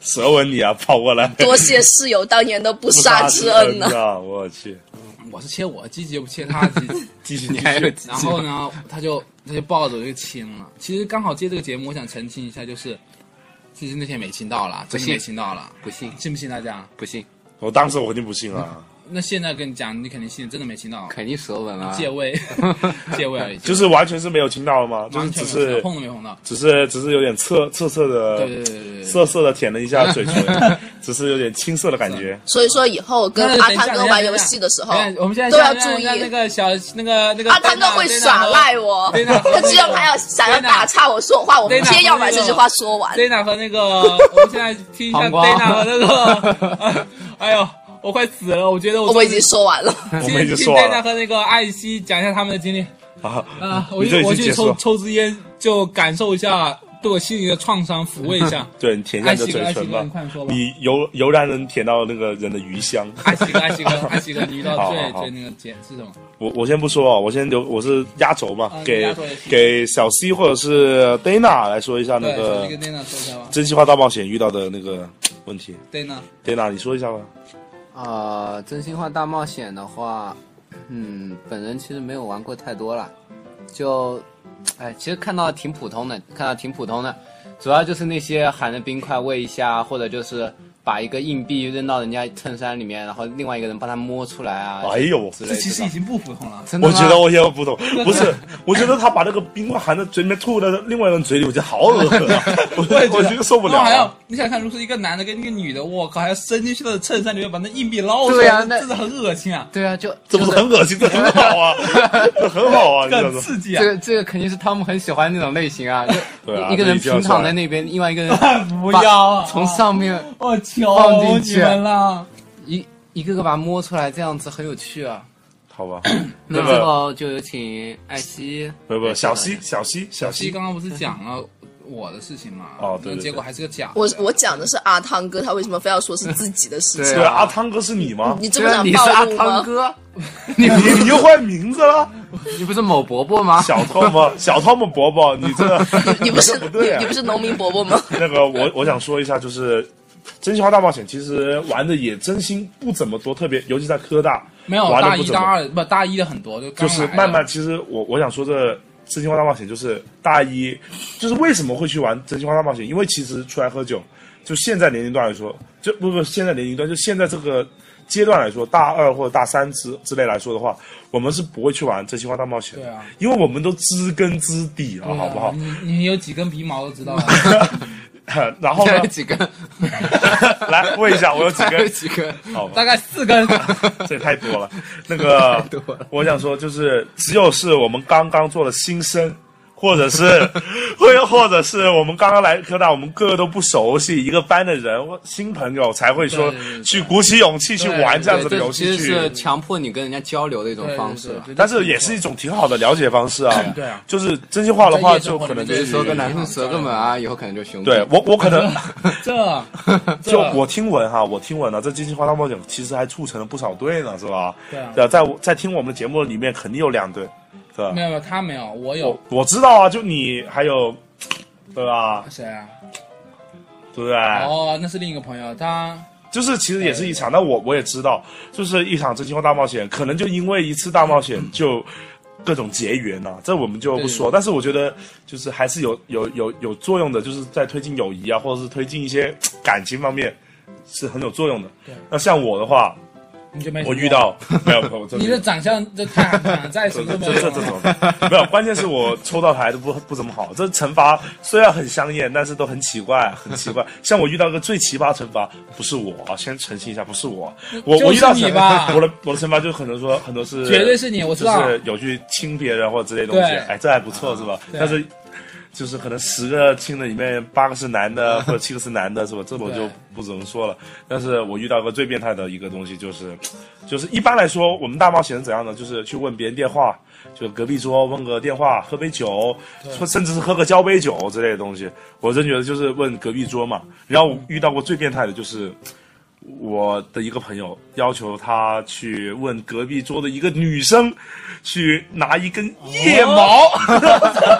S1: 舌吻你啊，跑过来，
S4: 多谢室友当年的不
S1: 不
S4: 杀之恩呢？
S1: 啊！我去，
S3: 我是切我的鸡鸡，又不切他
S7: (laughs)
S3: 的鸡鸡。
S1: 继续
S7: (laughs) 你还有几
S3: 然后呢，他就他就抱着我就亲了。其实刚好借这个节目，我想澄清一下，就是其实那天没亲到了，真的
S7: 信
S3: 没亲到了，
S7: 不信，
S3: 信不信大家？
S7: 不信，
S1: 我当时我肯定不信啊，
S3: 那现在跟你讲，你肯定信，真的没亲到，
S7: 肯定舌吻啊了。
S3: 借
S7: (laughs)
S3: 位，借位而已，
S1: 就是完全是没有亲到吗？就是
S3: 完
S1: 只
S3: 全没有
S1: 是
S3: 碰都没碰到。
S1: 只是只是有点侧侧侧的，
S3: 对对对对对
S1: 涩涩的舔了一下嘴
S3: (laughs)
S1: 唇，只是有点青涩的感觉。
S4: 所以说以后跟
S3: 哎
S4: 阿汤哥玩游戏的时候
S3: 等一下等一下我们现
S4: 哦
S3: 在
S4: 都要
S3: 现在
S4: 注意
S3: 现在那个小那个那个
S4: 阿汤哥会耍赖我，
S3: 对的
S4: 他只有他要想要打岔我说话，我
S3: 对的
S4: 偏要把这句话说完。
S3: Dana 和那个，我们现在听一下
S7: 黄瓜
S3: Dana 和那个，哎呦，我快死了，我觉得我
S4: 我已经说完了，
S1: 我
S3: 听
S1: 们已经
S3: 听
S1: 说完
S3: Dana
S1: 了
S3: 和那个艾希讲一下他们的经历
S1: 啊，
S3: 啊，我
S1: 你这
S3: 去
S1: 已
S3: 我
S1: 经
S3: 去
S1: 结束
S3: 抽
S1: 了。
S3: 抽支烟，就感受一下对我心灵的创伤，抚慰
S1: (laughs)
S3: 一下。
S1: 对你舔一下你的嘴唇吧
S3: 艾希哥艾希哥你快说，吧
S1: 你油油然能舔到那个人的余香。
S3: 艾希哥，艾希哥，艾希哥，你遇到最
S1: 好好好
S3: 最那个姐是什么？
S1: 我我先不说啊，我先留，我是压轴嘛，
S3: 啊你
S1: 给
S3: 压轴也行
S1: 给小 C 或者是 Dana 来说一下那
S3: 对，
S1: 个
S3: 手机跟 Dana 说一下吧。
S1: 真心话大冒险遇到的那个问题。
S3: Dana，
S1: Dana，你说一下吧。
S7: 呃，真心话大冒险的话，嗯，本人其实没有玩过太多了，就，哎，其实看到挺普通的，看到挺普通的，主要就是那些含着冰块喂一下，或者就是把一个硬币扔到人家衬衫里面，然后另外一个人帮他摸出来啊，
S1: 哎呦，
S7: 之类
S3: 这
S7: 的。
S3: 其实已经不普通了。
S7: 真的
S1: 我
S7: 吗
S1: 觉得我也不懂，不是，我觉得他把那个冰块含在嘴里面吐到另外一个人嘴里，我觉得好恶心啊，我我觉得受不了
S3: 然后还
S1: 啊
S3: 要。你想看，如果是一个男的跟一个女的，我靠，还要伸进去他的衬衫里面把那硬币捞出
S7: 对啊
S3: 来，
S7: 那
S3: 真的很恶心啊，
S7: 对啊，就
S1: 这不是很恶心，这很好啊，这很好啊，你知道
S3: 更
S1: 吗？
S3: 刺激啊
S7: 这！个这个肯定是汤姆很喜欢那种类型啊，就
S1: (laughs) 对啊
S7: 一个
S1: 这
S7: 人
S1: 一定要
S7: 平
S1: 出来
S7: 躺在那边，另外一个
S1: (laughs)
S7: 人
S3: 不要啊
S7: 把从上面
S3: 我求
S7: 放进去
S3: 你
S1: 啊
S3: 们了，
S7: 一一个个把它摸出来，这样子很有趣啊。
S1: 好吧，
S7: 那
S1: 那
S7: 最
S1: 个
S7: 后就有请艾希，
S1: 不不，小西小西小
S3: 西
S1: 西，
S3: 刚刚不是讲了我的事情嘛？
S1: 哦对对对
S3: 那结果还是个假的。
S4: 我我讲的是阿汤哥，他为什么非要说是自己的事
S7: 对啊
S4: 情？
S1: 对啊阿汤哥是你吗？
S4: 你这
S7: 虽
S4: 不
S7: 然
S4: 想
S7: 你是
S4: 暴
S7: 阿
S4: 露
S7: 汤
S4: 吗？
S7: 哥，你
S1: 你你又换名字了，
S7: 你不是某伯伯吗？
S1: 小汤姆小汤姆伯伯，你这
S4: 你不是
S1: 不 (laughs) 对
S4: 你
S1: 啊
S4: 你不是农民伯伯吗？
S1: 那个我我想说一下，就是《真心话大冒险》其实玩的也真心不怎么多，特别尤其在科大
S3: 没有
S1: 玩
S3: 大
S1: 的不
S3: 一
S1: 怎
S3: 大
S1: 么，
S3: 二不大一的很多，就刚
S1: 就是
S3: 来的
S1: 慢慢。其实我我想说这《真心话大冒险》就是大一，就是为什么会去玩《真心话大冒险》？因为其实出来喝酒，就现在年龄段来说，就不不现在年龄段，就现在这个阶段来说，大二或者大三之之类来说的话，我们是不会去玩《真心话大冒险》的，
S3: 对啊嗯
S1: 因为我们都知根知底了，好不 (laughs) 好？
S3: 你你有几根鼻毛都
S1: (laughs)
S3: 知道了，啊
S1: 然后
S7: 还
S3: (laughs)
S1: 呢 (laughs)
S7: 有，几个？
S1: 来问一下，我有几
S7: 还有
S1: 根？
S7: 几个？
S1: 好吧
S3: 大概四根。
S1: (laughs) 这也太多
S3: (laughs)
S1: 了。那个，我想说，就是只有是我们刚刚做的新生，或者是，或者或者是我们刚刚来科大，我们个个都不熟悉，一个班的人，新朋友才会说
S3: 对对对
S1: 去鼓起勇气去玩这样子的游
S7: 对
S1: 戏
S7: 这其实是
S1: 去。
S7: 强迫你跟人家交流的一种方式吧。
S1: 但是也是一种挺好的了解方式啊。
S3: 对啊
S1: 就是真心话的话，
S3: 在夜生
S1: 就
S3: 活
S1: 可
S3: 里面
S1: 能就
S3: 就
S1: 是是
S7: 说跟男生舌个吻啊，以后可能就兄弟。
S1: 对我，我
S3: (laughs)
S1: 可能
S3: 啊这这
S1: 就我听闻哈，我听闻了，这《真心话大冒险》其实还促成了不少对呢，是吧？
S3: 对啊
S1: 在我在听我们的节目里面，肯定有两对，是吧
S3: 没？有没有他没有，我有
S1: 我我知道啊，就你还有，对吧？
S3: 谁啊？
S1: 对不对？
S3: 哦，那是另一个朋友，他
S1: 就是其实也是一场，但我我也知道，就是一场真心话大冒险，可能就因为一次大冒险就各种结缘呐、这我们就不说。但是我觉得就是还是有有有有作用的，就是在推进友谊啊，或者是推进一些感情方面是很有作用的。那像我的话，
S3: 你就没什么
S1: 我遇到没有，我真
S3: (laughs) 你
S1: 没有
S3: 的长相这太寒在什
S1: 这
S3: 么
S1: 这
S3: 都没
S1: 这
S3: 有
S1: 这
S3: 啊。
S1: 种没有，关键是我抽到牌都不不怎么好。这惩罚虽然很香艳，但是都很奇怪，很奇怪。像我遇到一个最奇葩惩罚，不是我，啊先澄清一下，不是我，我我
S3: 就是
S1: 遇到
S3: 你
S1: 惩
S3: 吧
S1: 罚，我的我的惩罚就很多说很多是
S3: 绝对是你我知道
S1: 就是有去亲别人或者之类的东西
S3: 对，
S1: 哎，这还不错是吧？
S3: 对
S1: 但是。就是可能十个亲的里面八个是男
S3: (laughs)
S1: 的，或者七个是男的，是吧？这我就
S3: 对
S1: 不怎么说了。但是我遇到过最变态的一个东西，就是，就是一般来说，我们大冒险是怎样的？就是去问别人电话，就隔壁桌问个电话，喝杯酒，说甚至是喝个交杯酒之类的东西。我真觉得就是问隔壁桌嘛。
S3: 嗯
S1: 然后我遇到过最变态的就是，我的一个朋友要求他去问隔壁桌的一个女生，去拿一根腋毛。
S3: 哦
S1: (laughs)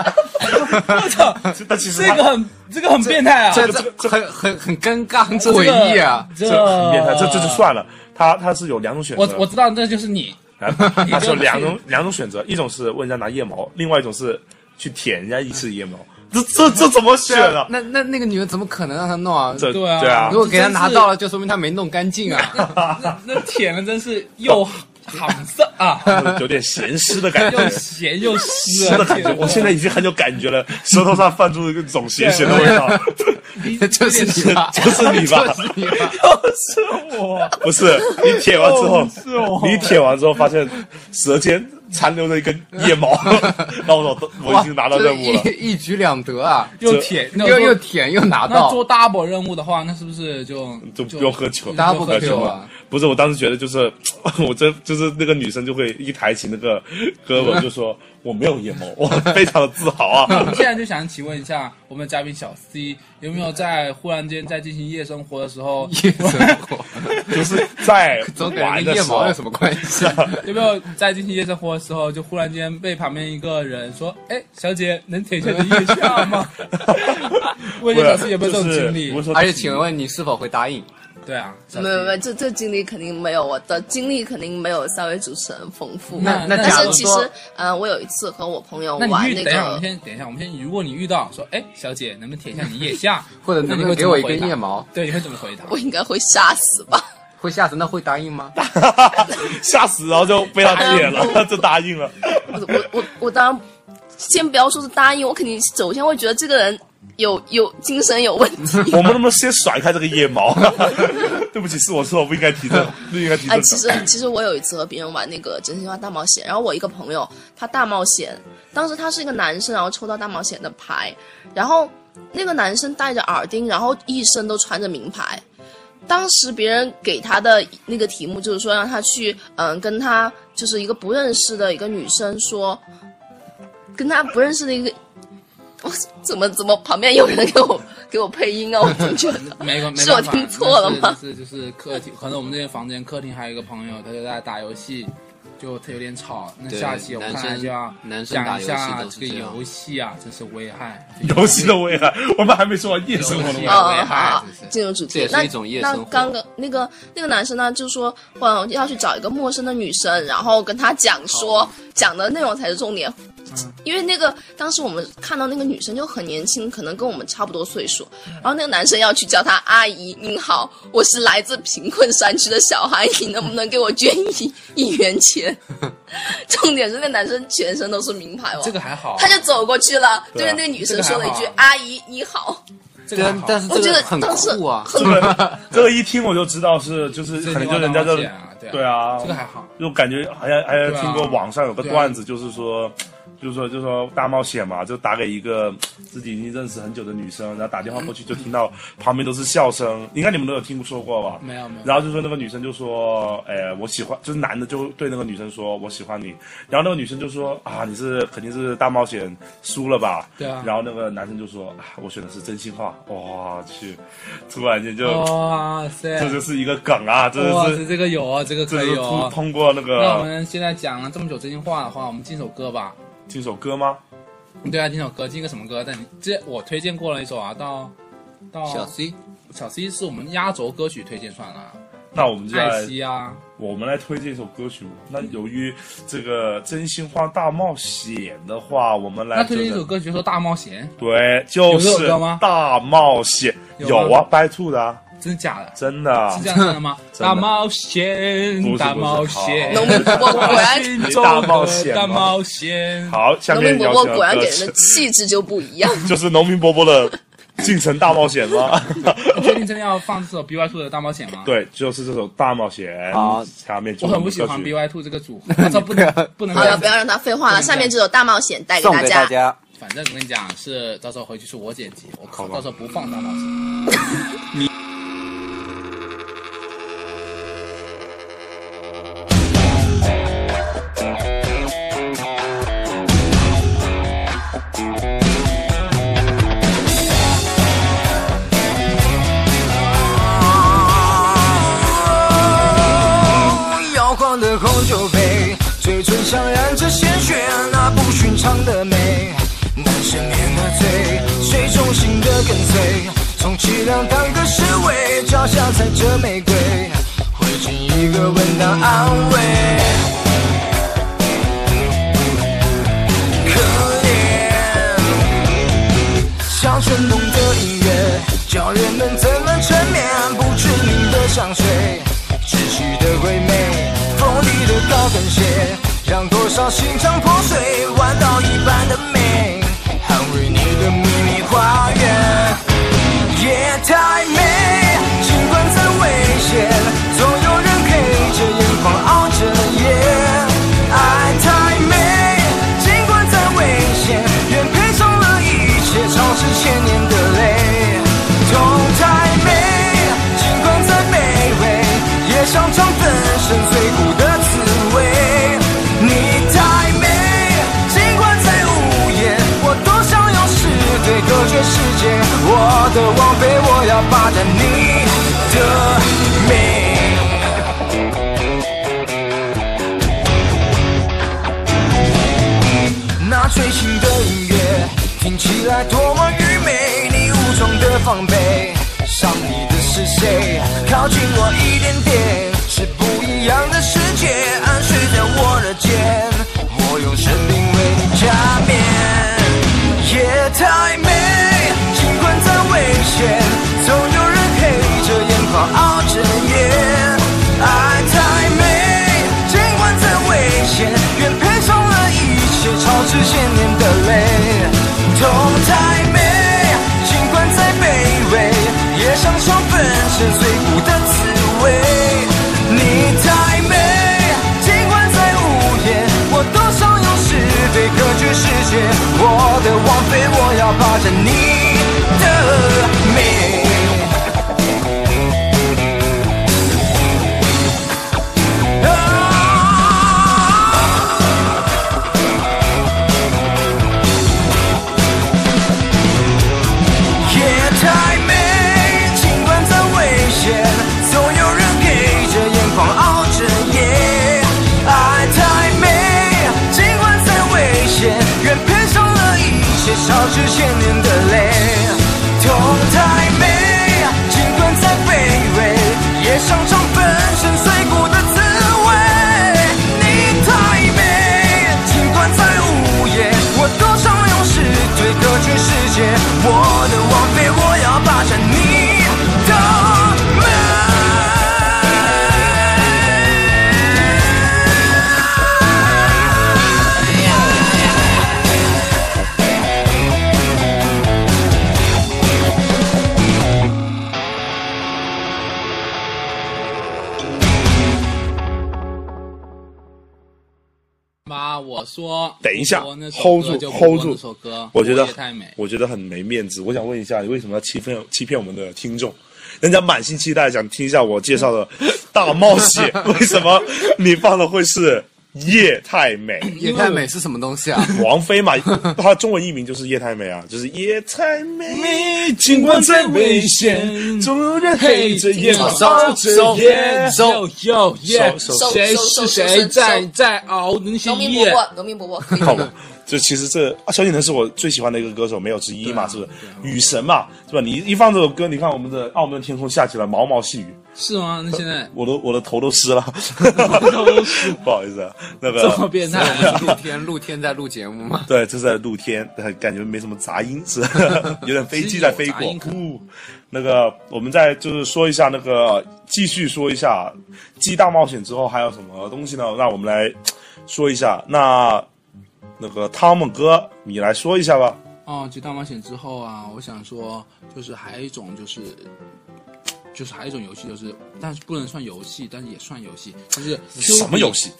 S3: 我操，
S1: 但其实
S3: 这
S1: 他
S3: 个很这个很变态啊！
S7: 这
S1: 这
S7: 这
S1: 个
S7: 这很很很尴尬，很诡异啊！
S3: 这呃
S1: 这很变态，这这就算了。他他是有两种选择，
S3: 我我知道，那就是你。
S1: (laughs) 然后他说两种两种选择，一种是问人家拿腋毛，另外一种是去舔人家一次腋毛。 (laughs) 这这这怎么选啊？
S7: 那那那个女人怎么可能让他弄啊？
S1: (laughs) 这
S3: 对啊
S1: 对啊
S7: 如，果给他拿到了，就说明他没弄干净啊。
S3: 那舔的真是又 hamster 啊，
S1: 有点咸湿的感
S3: 又
S1: 觉，
S3: 咸又湿
S1: 湿的感觉。我现在已经很有感觉了，舌头上泛出一种咸咸的味道，
S7: (laughs)
S3: 在
S7: 就是你吧，
S1: (laughs) 就是你吧？
S7: 就是你吧。
S3: 是我，
S1: (laughs) 不是，你舔完之后，
S3: 是我，
S1: 你舔完之后发现舌尖残留着一根腋毛， (laughs) 那我我已经拿到任务了
S7: 哇。这一一举两得啊，
S3: 又舔那
S7: 又
S3: 做
S7: 又舔又拿
S3: 那
S7: 到，
S3: 做 double 任务的话，那是不是就
S1: 就不用喝酒
S7: 大家不
S1: 喝
S7: 喝
S1: 酒
S7: 酒
S1: 啊
S7: 啊！
S1: 不是，我当时觉得就是 (laughs) 我这就是那个女生就会一抬起那个胳膊就说我没有腋毛，我非常的自豪
S3: 那我
S1: 啊
S3: (laughs) 们！现在就想请问一下我们的嘉宾小 C，有没有在忽然间在进行夜生活的时候，
S7: 夜生
S1: (laughs)
S7: 活，
S1: 就是在
S7: 总感
S1: 玩
S7: 觉
S1: 的
S7: 跟腋
S1: 时候
S7: 毛有，什么关系？
S1: (laughs)
S3: 有没有在进行夜生活的时候，就忽然间被旁边一个人说：“哎，小姐，能舔一下你的腋下吗？”
S7: (laughs)
S1: (laughs)
S3: 问一
S1: 不
S3: 下小
S1: 是
S3: C 有没有这种经历？
S1: 就是我说
S2: 哎
S7: 而且请问你是否会答应？
S3: 对啊，小 C
S4: 没有没有，这这经历肯定没有，我的经历肯定没有三位主持人丰富。
S7: 那那
S4: 但
S7: 假
S4: 是
S7: 如
S4: 其
S7: 说
S4: 实，嗯，我有一次和我朋友
S3: 那你
S4: 玩
S3: 遇
S4: 那
S3: 等一下，我
S4: 个
S3: 们，先等一下，我们先。如果你遇到说，哎，小姐，能不能舔一下你腋下，
S7: (laughs) 或者
S3: 那
S7: 能
S3: 你
S7: 不能
S3: 会怎
S7: 给
S3: 么
S7: 我一
S3: 回
S7: 根
S3: 答
S7: 腋毛？
S3: 对，你会怎么回答？
S4: 我应该会吓死吧？
S7: 会吓死，那会答应吗？
S1: (laughs) 吓死，然后就被他舔了，就答应了。
S4: 我我我我当然，先不要说是答应，我肯定首先会觉得这个人有有精神有问题。
S1: 我们能不能先甩开这个腋毛？ (laughs) 对不起，是我错，我不应该提这个，不应该提这
S4: 哎，
S1: 个。
S4: 其实其实我有一次和别人玩那个真心话大冒险，然后我一个朋友他大冒险，当时他是一个男生，然后抽到大冒险的牌，然后那个男生戴着耳钉，然后一身都穿着名牌。当时别人给他的那个题目就是说让他去，嗯，跟他就是一个不认识的一个女生说，跟他不认识的一个，我怎么怎么旁边有人给我给我配音啊？我怎么觉得？
S3: 没关，没
S4: 是我
S3: 办法
S4: 听错了
S3: 那
S4: 吗？
S3: 是就是就是客厅，可能我们这间房间客厅还有一个朋友，他就在打游戏，就他有点吵。那
S7: 对
S3: 下一期我
S7: 男
S3: 看来
S7: 生
S3: 就要
S7: 男生
S3: 讲
S7: 打
S3: 一
S7: 游戏
S3: 下
S7: 都
S3: 这
S7: 是
S3: 个
S7: 这样
S3: 游戏啊，真是危害。
S1: 游戏的危害，我们还没说完夜生活的
S3: 危
S1: 危
S3: 害
S1: 害。
S4: 哦
S3: 危，害
S4: 好，
S3: 这是
S4: 进入主
S7: 这
S4: 题
S7: 也。是
S4: 那
S7: 一种夜
S4: 那
S7: 生活
S4: 刚刚那个那个男生呢，就说，我要去找一个陌生的女生，然后跟她讲说，讲的内容才是重点。因为那个当时我们看到那个女生就很年轻，可能跟我们差不多岁数，然后那个男生要去叫她阿姨，您好，我是来自贫困山区的小孩，你能不能给我捐一一元钱？ (laughs) 重点是那男生全身都是名牌哦，
S3: 这个还好啊，
S4: 他就走过去了，
S1: 对
S4: 对
S1: 啊
S4: 着那个女生说了一句
S3: 这个还好啊：“
S4: 阿姨你好。”
S3: 这个还
S7: 但
S3: 好。
S7: 但是
S4: 我觉
S7: 这
S4: 得
S7: 个很
S4: 当时
S7: 酷啊，
S1: (laughs) 这个这个一听我就知道是就是可能就人家就
S3: 这个啊对啊
S1: 对啊，
S3: 这个还好。
S1: 就感觉好像还
S3: 对啊啊
S1: 听过网上有个段子，就是说，就是说，就是说大冒险嘛，就打给一个自己已经认识很久的女生，然后打电话过去就听到旁边都是笑声，应该你们都有听说过吧？
S3: 没有没有
S1: 然后就说那个女生就说，哎，我喜欢，就是男的就对那个女生说我喜欢你，然后那个女生就说啊，你是肯定是大冒险输了吧？
S3: 对啊
S1: 然后那个男生就说啊，我选的是真心话，哇去，突然间就。
S3: 哇塞，
S1: 这就是一个梗啊！这
S3: 哦哇
S1: 就是
S3: 塞，这个有哦，这个
S1: 这
S3: 可
S1: 是
S3: 以
S1: 通
S3: 哦。
S1: 通过那
S3: 那我
S1: 个
S3: 们现在讲了这么久真心话的话，我们进首歌吧。
S1: 听首歌吗？
S3: 对啊，进首歌，进个什么歌？但你这我推荐过了一首啊，到到
S7: 小 C
S3: 小 C 是我们压轴歌曲推荐算了啊，
S1: 那我们就
S3: 艾
S1: 来，
S3: 希啊，
S1: 我们来推荐一首歌曲嘛。那由于这个真心话大冒险的话，我们来
S3: 那推荐一首歌曲就说《大冒险
S1: 对，就
S3: 有这
S1: 是
S3: 首歌吗
S1: 大冒险
S3: 有
S1: 有
S3: 吗
S1: 啊，白兔的啊，》，
S3: 真的假的？
S1: 真的啊
S3: 是这样唱的吗？
S1: 真的
S3: 大冒
S1: 不
S3: 险，
S1: 是
S3: 大冒险，
S1: 不
S4: 农民伯伯果然，
S3: 心中的
S1: 大冒险吗
S3: 大冒险。
S1: 好，下
S4: 农
S1: 面
S4: 民伯
S1: 要
S4: 伯
S1: 请
S4: 果然
S1: 歌
S4: 给
S1: (laughs)
S4: 人
S1: 曲
S4: 的气质就不一样。
S1: 就是农民伯伯的 (laughs) 《进城大冒险》吗？ (laughs)
S3: 你确定真的要放这首 BY Two 的大冒险吗？，
S1: 对，就是这首《大冒险》。
S7: 好
S1: 下面就
S3: 我很不喜欢
S1: 歌曲
S3: BY Two 这个组
S1: (laughs)
S3: 合，我操，不能不能
S4: 好了，
S3: 这
S4: 不要
S3: 样。
S4: 让他废话了。下面这首《大冒险》带给
S7: 送
S4: 大
S7: 给大
S4: 家。
S7: 家。
S3: 反正我跟你讲，是到时候回去是我剪辑，我靠，
S1: 吧
S3: 到时候不放大冒险。
S6: 摇晃的红酒杯，嘴唇上染着鲜血，那不寻常的美，难赦免的罪，水中心的跟随，从凄凉当个侍卫，脚下踩着玫瑰，挥进一个吻当安慰。可怜，
S8: 上水，秩序的鬼魅，锋利的高跟鞋，让多少心肠破碎，玩到一半的美，捍卫你的秘密花园。夜太美，尽管再危险，总有人黑着眼眶熬着夜。爱太美，尽管再危险，愿赔上了一切，尝试千年的泪。痛太美，尽管再卑微，也想尝本身最苦的滋味。你太美，尽管再无言，我多想用诗对隔绝世界。我的王妃，我要霸占你的美。那最新的音乐听起来多么愚昧，你武装的防备，上你的是谁？靠近我一点点，是不一样的世界，安睡在我的肩，我用生命为你加冕。夜太美，尽管再危险，总有人黑着眼眶熬着夜。爱太美，尽管再危险，愿赔上了一切，超支千年的泪。痛太美，尽管再卑微，也想尝本身最苦的滋味。你太美，尽管再无言，我多想用是非隔绝世界。我的王妃，我要霸占你的美。Ah. 夜太美，尽管再危险，总有人黑着眼眶熬着夜。爱太美，尽管再危险，愿赔上了一切，烧制千年的泪。痛太美，尽管再卑微，也想尝本身最苦的滋味。你太美，尽管再无言，我多想用诗对隔绝世界。我的王妃，我要霸占你的美。
S3: 妈，我说，
S1: 等一下
S3: 我那首
S1: hold
S3: 歌
S1: 住
S3: 就不
S1: hold
S3: 播
S1: 住
S3: 那首歌，
S1: 我觉得
S3: 也太美。
S1: 我觉得很没面子。我想问一下，你为什么要欺骗欺骗我们的听众？人家满心期待想听一下我介绍的大冒 (laughs) 险，为什么你放的会是夜太美？
S7: 叶太美是什么东西啊？
S1: 王菲嘛，她中文译名就是夜太美啊，就是夜太美，尽管再危险，总有人黑着眼
S3: 手
S1: 熬着
S3: 手
S1: 夜。
S3: 手手耶，
S1: 手
S4: 手
S3: 谁
S4: 手
S3: 是
S4: 手
S3: 谁
S4: 手
S3: 在
S4: 手
S3: 在熬那些
S4: 农民伯
S3: 夜？
S4: 伯，农民伯伯可以
S1: 好
S4: 吗
S1: 吧？，就其实这啊萧敬腾是我最喜欢的一个歌手，没有之一嘛，是不是？雨神嘛，是吧？你一放这首歌，你看我们的澳门的天空下起了毛毛细雨，
S3: 是吗？那现在 (laughs)
S1: 我都我的头都湿了， (laughs) 不好意思，啊，那
S3: 这么
S1: 个
S3: 变态，
S7: 露天露天在录节目吗？
S1: 对，这是在露天，呃感觉没什么杂音，
S3: (laughs)
S1: 是有点飞机在飞
S3: 杂
S1: 过
S3: 音。
S1: 呜，那个我们再就是说一下那个，继续说一下继大冒险之后还有什么东西呢？让我们来说一下。那那个汤姆哥，你来说一下吧。
S3: 哦，就大冒险之后啊，我想说，就是还有一种就是，就是还有一种游戏就是，但是不能算游戏，但是也算游戏，就是
S1: 什么游戏？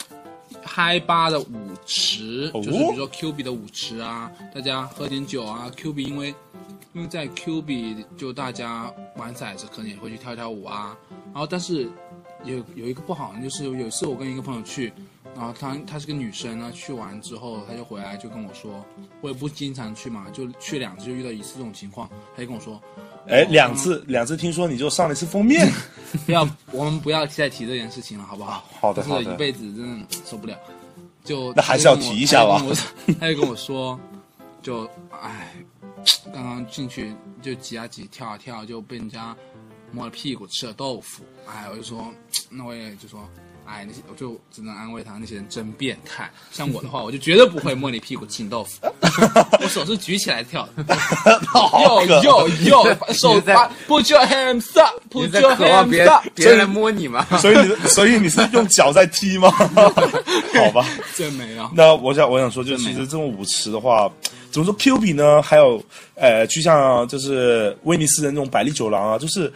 S3: 嗨吧的舞池，
S1: 哦
S3: 就是比如说 Q 币的舞池啊，大家喝点酒啊，Q 币因为因为在 Q 币就大家玩骰子，可能也会去跳跳舞啊，然后但是有有一个不好的就是有一次我跟一个朋友去。然后她她是个女生呢，去完之后她就回来就跟我说，我也不经常去嘛，就去两次就遇到一次这种情况，她就跟我说，
S1: 哎，两次两次听说你就上了一次封
S3: (laughs)
S1: 面，
S3: 不要，我们不要再提这件事情了，好不好？
S1: 好的
S3: 就是
S1: 好的
S3: 一辈子真的受不了。
S1: (laughs)
S3: 就
S1: 那还是要提一下吧
S3: 他就跟我他就跟我说，就哎，刚刚进去就挤啊挤，跳啊跳，就被人家摸了屁股，吃了豆腐。哎，我就说，那我也就说，哎，那些我就只能安慰他，那些人真变态。像我的话，我就绝对不会摸你屁股亲豆腐， (laughs) 我手是举起来跳
S1: (laughs)
S3: 的。
S1: 好
S3: 哟
S1: 可
S3: 哟哟，手
S7: 你在
S3: 把 put your hands up，put
S7: 你在
S3: your
S7: 渴望
S3: hands
S7: 别
S3: up。
S7: 别人来摸你吗？
S1: 所以你所以你是用脚在踢
S3: (laughs)
S1: 吗？好吧，
S3: 真没有，
S1: 那我想我想说，就其实这么舞池的话，怎么说 Q 比呢？还有呃，就像就是威尼斯的那种百丽酒廊啊，就是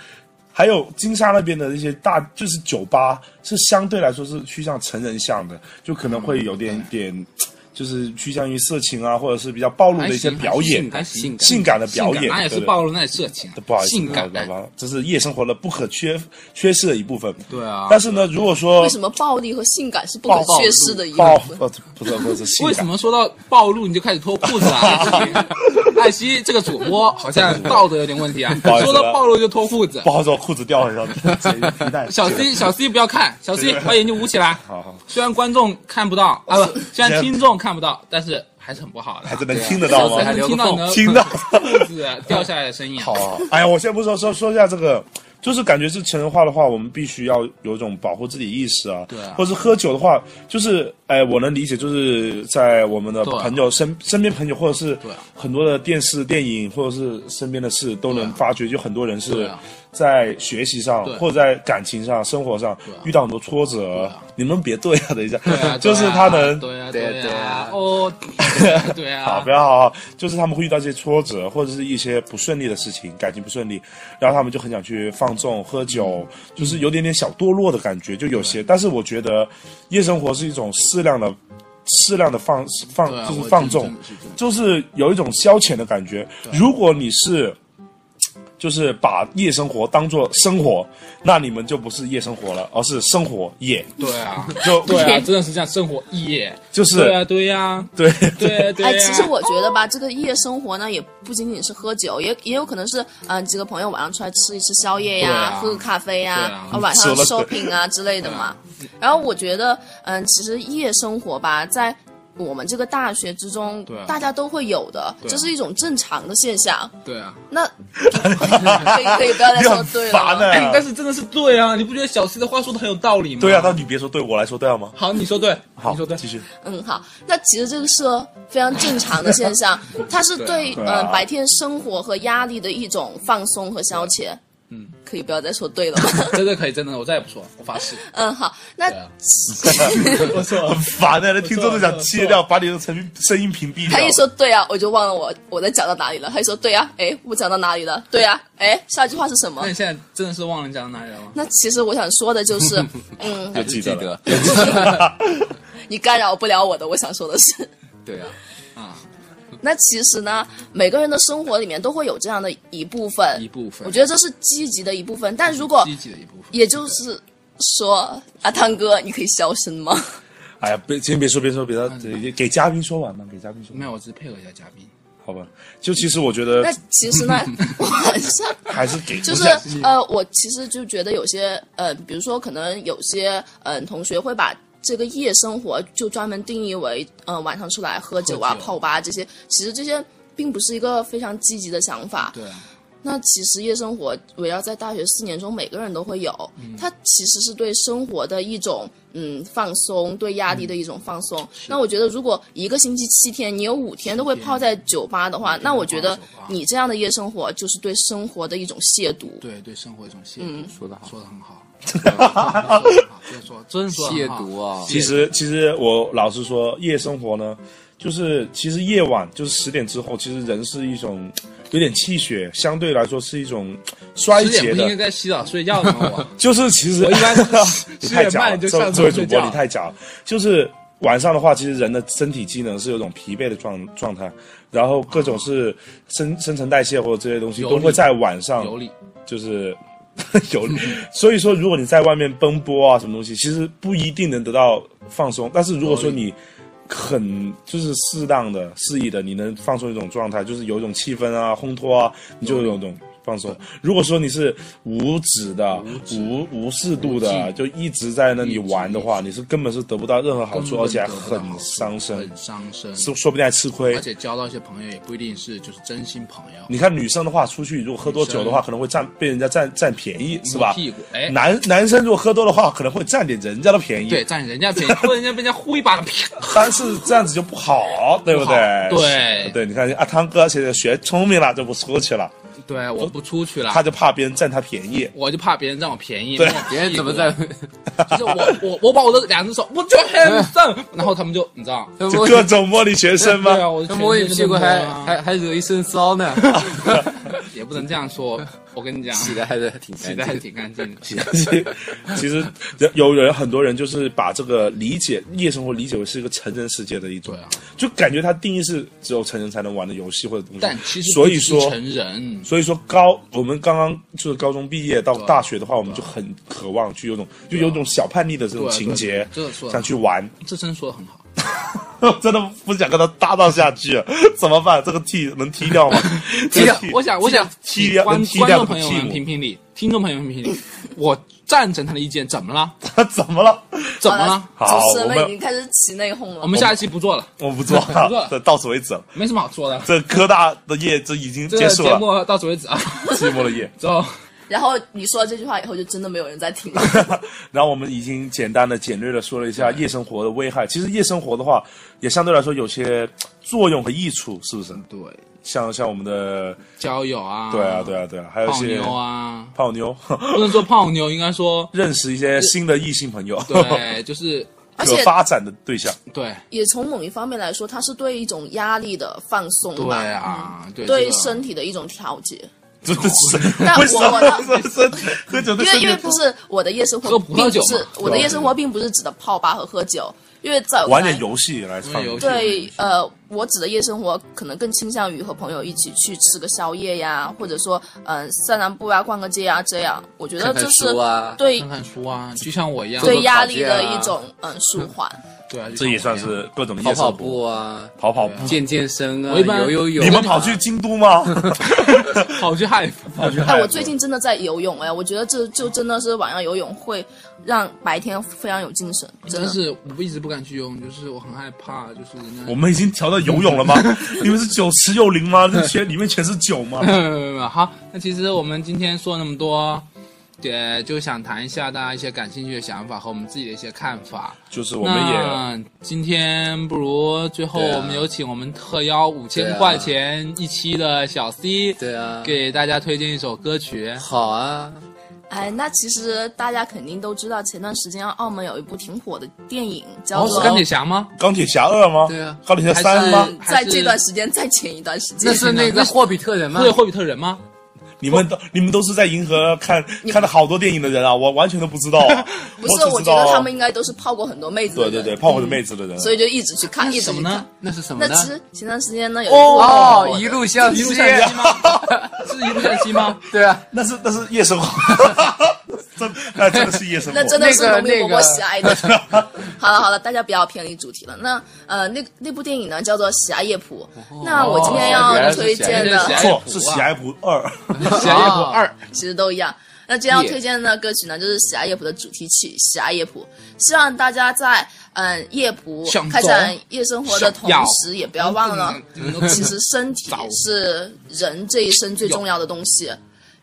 S1: 还有金沙那边的一些大，就是酒吧是相对来说是趋向成人向的，就可能会有点、
S3: 嗯
S1: 点。就是趋向于色情啊，或者是比较暴露的一些表演，
S3: 还行还行
S1: 性感的表演，
S3: 那也
S1: 对
S3: 是
S1: 对
S3: 暴露那也色情，
S1: 不好意思，
S3: 性感
S1: 对吧？这是夜生活的不可缺缺失的一部分。
S3: 对啊
S1: 但是呢，如果说
S4: 为什么暴力和性感是不
S1: 暴
S4: 可
S1: 暴
S4: 缺失的一
S1: 暴
S4: 部分？
S1: 呃不是不是性
S3: 为
S1: 感
S3: 什么说到暴露你就开始脱裤子啊？
S1: (laughs)
S3: 艾希这个主播好像道德有点问题啊，
S1: 好意思
S3: 说到暴露就脱裤子
S1: 不。好说，裤子掉了，然
S3: (laughs)
S1: 后解一个皮带。
S3: 小 C 小 C 不要看，小 C 把眼睛捂起来。
S1: (laughs) 好好，
S3: 虽然观众看不到啊，不，虽然听众看不到，但是还是很不好的
S1: 还
S3: 啊。
S1: 真能听得到
S3: 还
S1: 吗？
S3: 能听到你的
S1: 听到。
S3: 裤子掉下来的声音啊。
S1: 好，哎呀，我先不说说说一下这个。就是感觉是成人化的话，我们必须要有一种保护自己意识啊，
S3: 对啊
S1: 或者是喝酒的话，就是哎，我能理解，就是在我们的
S3: 对啊
S1: 朋友身身边朋友，或者是
S3: 对啊
S1: 很多的电视、电影，或者是身边的事，都能发觉，就很多人
S3: 啊对
S1: 是
S3: 啊
S1: 在学习上
S3: 对
S1: 或者在感情上、生活上
S3: 啊
S1: 遇到很多挫折
S3: 啊。
S1: 你们别对啊，等一下
S3: 对啊，
S1: 就是他能
S3: 对啊，
S7: 对啊
S3: 对啊，
S7: 对
S3: 对
S7: 啊
S3: 啊，哦，对啊对 (laughs)
S1: 好，
S3: 啊
S1: 不，要好好，就是他们会遇到一些挫折或者是一些不顺利的事情，感情不顺利，然后他们就很想去放纵、喝酒，
S3: 嗯
S1: 就是有点点小堕落的感觉，就有些。但是我觉得夜生活是一种适量的、适量的放放，
S3: 对啊
S1: 就是
S3: 我
S1: 放
S3: 真
S1: 纵
S3: 真，的是这样
S1: 就是有一种消遣的感觉。如果你是就是把夜生活当做生活，那你们就不是夜生活了，而是生活夜。
S3: 对啊，
S1: 就
S3: 对 (laughs) 啊，真的是这样，生活耶，
S1: 就是
S3: 对啊，对呀，
S4: (laughs)
S1: 对
S3: 对啊对
S4: 哎，
S3: 啊
S4: 其实我觉得吧，这个夜生活呢，也不仅仅是喝酒，也也有可能是，嗯、几个朋友晚上出来吃一吃宵夜呀，
S3: 对啊
S4: 喝个咖啡呀，
S3: 对啊
S4: 呃晚上
S1: 说了
S4: shopping 啊之类的嘛。然后我觉得，嗯、其实夜生活吧，在我们这个大学之中
S3: 对啊，
S4: 大家都会有的，
S3: 对啊
S4: 这是一种正常的现象。
S3: 对啊。
S4: 那可以可以不要再
S1: 你
S4: 说
S1: 很
S4: 对
S1: 烦啊
S4: 了。
S3: 哎
S1: 呢。
S3: 但是真的是对啊，你不觉得小 C 的话说的很有道理吗？
S1: 对啊，那你别说对我来说对好吗？
S3: 好，你说对，
S1: 好，
S3: 嗯你说对，
S1: 继
S3: (laughs)
S1: 续。
S4: 嗯，好，那其实这个是非常正常的现象，它是对
S1: 对
S4: 嗯、
S1: 啊
S4: 呃白天生活和压力的一种放松和消遣。嗯，可以不要再说对了吗？
S3: (laughs) 真的可以，真的，我再也不说了，我发誓。
S4: 嗯，好，那
S3: 对啊
S1: 我说很烦啊的，那听众都想切掉，把你的声音声音屏蔽掉。
S4: 他一说对啊，我就忘了我我在讲到哪里了。他一说对啊，哎，我讲到哪里了？对啊，哎，下一句话是什么
S3: (laughs) 那？你现在真的是忘了讲到哪里了吗？
S4: 那其实我想说的就是，嗯，
S1: 就记
S7: 记
S1: 得
S7: 得
S1: 了，，
S4: 你干扰不了我的。我想说的是，
S7: 对啊，
S4: 那其实呢，每个人的生活里面都会有这样的一部分，
S3: 一部分
S4: 我觉得这是积极的一部分。但如果
S3: 积极的一部分。
S4: 也就是说，阿汤哥，你可以消声吗？
S1: 哎呀，别先别说，别说，别说，
S3: 嗯
S1: 给给嘉宾说完吧，给嘉宾说完
S3: 没，有，我只是配合一下嘉宾。
S1: 好吧？就其实我觉得
S3: 呃
S4: 那其
S3: (laughs)
S4: 实呢，晚上
S1: 还是给
S4: 就是呃，我其实就觉得有些呃，比如说可能有些嗯、呃、同学会把。这个夜生活就专门定义为，嗯、晚上出来喝酒啊、
S3: 喝酒
S4: 泡吧这些，其实这些并不是一个非常积极的想法。
S3: 对啊，
S4: 那其实夜生活围绕在大学四年中，每个人都会有，
S3: 嗯
S4: 它其实是对生活的一种嗯放松，对压
S3: 嗯
S4: 力的一种放松。那我觉得，如果一个星期七天，你有五天都会泡在酒吧的话，那我觉得
S3: 泡在酒吧
S4: 你这样的夜生活就是对生活的一种亵渎。
S3: 对对，生活一种亵渎，
S7: 说得好
S3: 说的很 (laughs) 好，说得很好真的说，真的说得
S7: 亵
S3: 很好
S7: 渎啊！
S1: 其实其实我老实说，夜生活呢，就是其实夜晚就是十点之后，其实人是一种有点气血，相对来说是一种衰
S3: 十
S1: 竭
S3: 点不应该
S1: 的。
S3: 在洗澡睡觉吗？我
S1: 就是其实
S3: 我一
S1: (laughs)
S3: 般是
S1: 你
S3: 十
S1: 太
S3: 点
S1: 假了，
S3: 半就
S1: 这
S3: 上
S1: 这位
S3: 床
S1: 主
S3: 睡
S1: 播
S3: 觉
S1: 你。太假了。就是晚上的话，其实人的身体机能是有种疲惫的状状态，然后各种是新新陈代谢或者这些东西
S3: 有
S1: 都会
S3: 理
S1: 在晚上
S3: (laughs) 有理，
S1: 就是 (laughs) 有，所以说如果你在外面奔波啊什么东西，其实不一定能得到放松。但是如果说你很就是适当的、适宜的，你能放松一种状态，就是有一种气氛啊、烘托啊，你就有一种放松。如果说你是无止的、无无适度的，就一直在那里玩的话，你是根本是得不到任何好
S3: 根
S1: 处，
S3: 本
S1: 而且还
S3: 得不到好
S1: 很
S3: 处
S1: 伤身
S3: 很，伤身。
S1: 说说不定还吃亏
S3: 而。且交到一些朋友也不一定是就是真心朋友，
S1: 你看女生的话，出去如果喝多酒的话，
S3: 女生
S1: 可能会占被人家占占便宜，是吧
S3: 摸？屁股，哎，
S1: 男男生如果喝多的话，可能会占点人家的便宜，
S3: 对，占人家便宜，或者人家被人家呼一巴掌，啪
S1: 但是这样子就不好，对不对？
S3: 不好对
S1: 对，你看阿汤哥现在学聪明了，就不出去了，
S3: 对，我不出去了
S1: 他，就怕别人占他便
S3: (laughs)
S1: 宜。
S3: 我就怕别人占我便宜，
S1: 对
S3: 摸我屁股
S7: 别人怎么在？
S3: 就是我我我把我的两只手，我就很正，然后他们就你知道，
S1: 就各种摸你全身吗
S3: (laughs) 对？啊，我
S7: 他
S3: 就
S7: 摸你
S3: 全身
S7: 屁
S3: 就
S7: 股
S3: 摸
S7: 还
S3: 啊
S7: 还还惹一身骚呢，
S3: (laughs) 也不能这样说，我跟你讲，
S7: 洗的还是挺
S3: 洗
S7: 干
S3: 的还
S7: 净。
S3: 挺干净的，
S1: (laughs) 其实人有人很多人就是把这个理解夜生活理解为是一个成人世界的一种，
S3: 对啊
S1: 就感觉它定义是只有成人才能玩的游戏或者东西。
S3: 但其实
S1: 所以
S3: 不是
S1: 说。
S3: 成人
S1: 所以说高，我们刚刚就是高中毕业到大学的话，我们就很渴望去有种就有种小叛逆的这种
S3: 对啊
S1: 情节
S3: 啊对啊对啊这个说，得
S1: 想去玩， (laughs)
S3: 这真说的很好，
S1: 真的不想跟他搭档下去，啊 (laughs) 怎么办？这个 T 能踢
S3: (laughs)
S1: 掉吗？
S3: 踢掉
S1: 这个 T-
S3: 我想，我想
S1: 踢掉
S3: 观
S1: 能踢
S3: 观
S1: 掉
S3: 众
S1: 这个
S3: 朋友
S1: T
S3: 们评评理，听 (laughs) 众朋友们评评理，我赞成他的意见，怎么了？
S1: 他 (laughs) 怎么了？
S3: 怎么了？
S1: 好
S4: 呃主持人
S1: 我
S4: 们
S1: 们
S4: 已经开始起内讧了。
S3: 我们下一期不做了，
S1: 我不做
S3: (laughs) 不做
S1: 了， (laughs) 对到此为止了。
S3: 没什么
S1: (laughs)
S3: 好说的。
S1: 这科大的业这已经
S3: 这
S1: 结
S3: 个
S1: 束
S3: 节
S1: 了，
S3: 目到此为止啊， (laughs)
S1: 寂寞的夜。
S3: 之后
S4: 然后你说了这句话以后，就真的没有人在
S1: (laughs)
S4: 听了。
S1: (laughs) 然后我们已经简单的、简略的说了一下夜生活的危害。其实夜生活的话，也相对来说有些作用和益处，是不是？
S3: 对
S1: 像像我们的，
S3: 交友啊，
S1: 对啊，对啊，对啊，还有一
S3: 泡
S1: 些
S3: 妞啊，
S1: 泡妞， (laughs)
S3: 不能说泡妞，应该说
S1: 认识一些新的异性朋友， (laughs)
S3: 对，就是
S4: 而
S1: 可
S4: 且
S1: 发展的对象。 (laughs)
S3: 对
S4: 也从某一方面来说，它是对一种压力的放松
S3: 对
S4: 吧，嗯
S3: 啊，对这
S4: 对
S3: 个
S4: 身体的一种调节。
S1: 真的是
S4: 但
S1: 为什
S4: 我
S1: 么
S4: 我倒
S1: (laughs) 为什么喝酒对
S4: 因为
S1: 身
S4: 因为
S1: 体
S4: 不是我的夜生活，
S3: 喝
S4: 并
S3: 葡萄酒
S4: 不是
S3: 嘛
S4: 我的夜生活，并不是指的泡吧和喝酒，因为在我
S1: 玩
S4: 看
S1: 点游戏来
S3: 因为
S1: 唱？
S3: 游戏
S4: 对，呃，我指的夜生活可能更倾向于和朋友一起去吃个宵夜呀，或者说，嗯、散散步啊，逛个街啊，这样，我觉得
S7: 看
S4: 这
S7: 看
S4: 是
S7: 书啊，
S4: 对
S3: 看看书啊，就像我一样，
S7: 做
S4: 对
S7: 做
S4: 压
S7: 烤
S4: 力
S7: 鸡
S4: 的
S7: 啊
S4: 一种嗯
S3: (laughs)
S4: 舒缓。
S3: 对啊，就像
S1: 这
S3: 我一
S1: 也
S3: 样
S1: 算
S3: (laughs)
S1: 是各种夜
S7: 跑
S1: 生活
S7: 跑步啊，
S1: 跑跑步。
S7: 健健身啊，
S3: 我一般
S7: 游游泳。
S1: 你们跑去京都吗？ (laughs)
S3: 跑去害跑去
S4: 哎，我最近真的在游泳哎，我觉得这就真的是晚上游泳会让白天非常有精神，真
S3: 但
S4: 的。
S3: 是我一直不敢去游泳，就是我很害怕，就是人家
S1: 我们已经调到游泳
S4: (laughs)
S1: 了吗？你们是九十有零吗？这全里面全是酒
S4: (laughs)
S1: 吗？
S3: 没有没有没有 (laughs) 好，那其实我们今天说了那么多，也就想谈一下大家一些感兴趣的想法和我们自己的一些看法。
S1: 就是我们也
S3: 那今天不如最后
S7: 对啊
S3: 我们有请我们特邀五
S7: 对
S3: 千
S7: 啊
S3: 块钱一期的小 C，、
S7: 对啊，
S3: 给大家推荐一首歌曲。
S7: 好啊，
S4: 哎，那其实大家肯定都知道，前段时间澳门有一部挺火的电影叫
S3: 哦，
S4: 做
S3: 是钢铁侠吗？
S1: 钢铁侠二吗？
S7: 对啊
S1: 钢铁侠三吗
S7: 还？
S4: 嗯在
S3: 还是
S4: 这段时间，在前一段时间，
S7: 那是那个霍比特人吗
S3: 对，？霍比特人吗？
S1: 你们都你们都是在银河看看了好多电影的人啊，我完全都不知道啊。
S4: (laughs) (laughs) 不是？
S1: 我
S4: 我
S1: 只知
S4: 觉
S1: 道
S4: 得他们应该都是泡过很多妹子的
S1: 对
S4: 人，
S1: 对对，泡过的妹子的人，
S4: 所以就一直去看，一
S3: 是
S4: 直
S3: 什么
S4: 去
S3: 呢
S4: 看。？
S7: 那是什么
S4: 那
S7: 呢？
S4: 其实前段时间呢，有
S7: 哦，
S4: 一
S7: 一
S4: 部
S7: 路向西
S3: 一路向西吗？是一路向西
S7: (laughs)
S3: 吗？
S7: 对啊，
S1: 那是那是夜 (laughs) 生活，真那真的是夜生活
S4: 那。真的是
S7: 那个
S4: 农民
S7: 那
S4: 伯伯
S7: 个
S4: 喜爱的。 (laughs) 好了好了，大家不要偏离主题了。那呃，那那部电影呢叫做《喜爱夜浦》。那我今天
S7: 哦原
S4: 要
S7: 来是
S4: 推
S7: 喜爱
S4: 荐
S7: 夜
S4: 的
S3: 浦
S1: 不 (laughs) 错，是喜爱不
S4: 啊
S1: 二， (laughs)
S3: 《喜爱夜浦二》
S4: 其实都一样。那今天要
S7: 夜
S4: 推荐的歌曲呢，就是《喜爱夜浦》的主题曲《喜爱夜浦》，希望大家在嗯夜浦
S3: 想
S4: 开
S3: 走
S4: 展夜生活的
S3: 想
S4: 同
S3: 要
S4: 时，也不要忘了，
S7: 嗯
S4: 其实身
S7: (laughs)
S4: 体
S3: 早
S4: 是人这一生最重要的东西。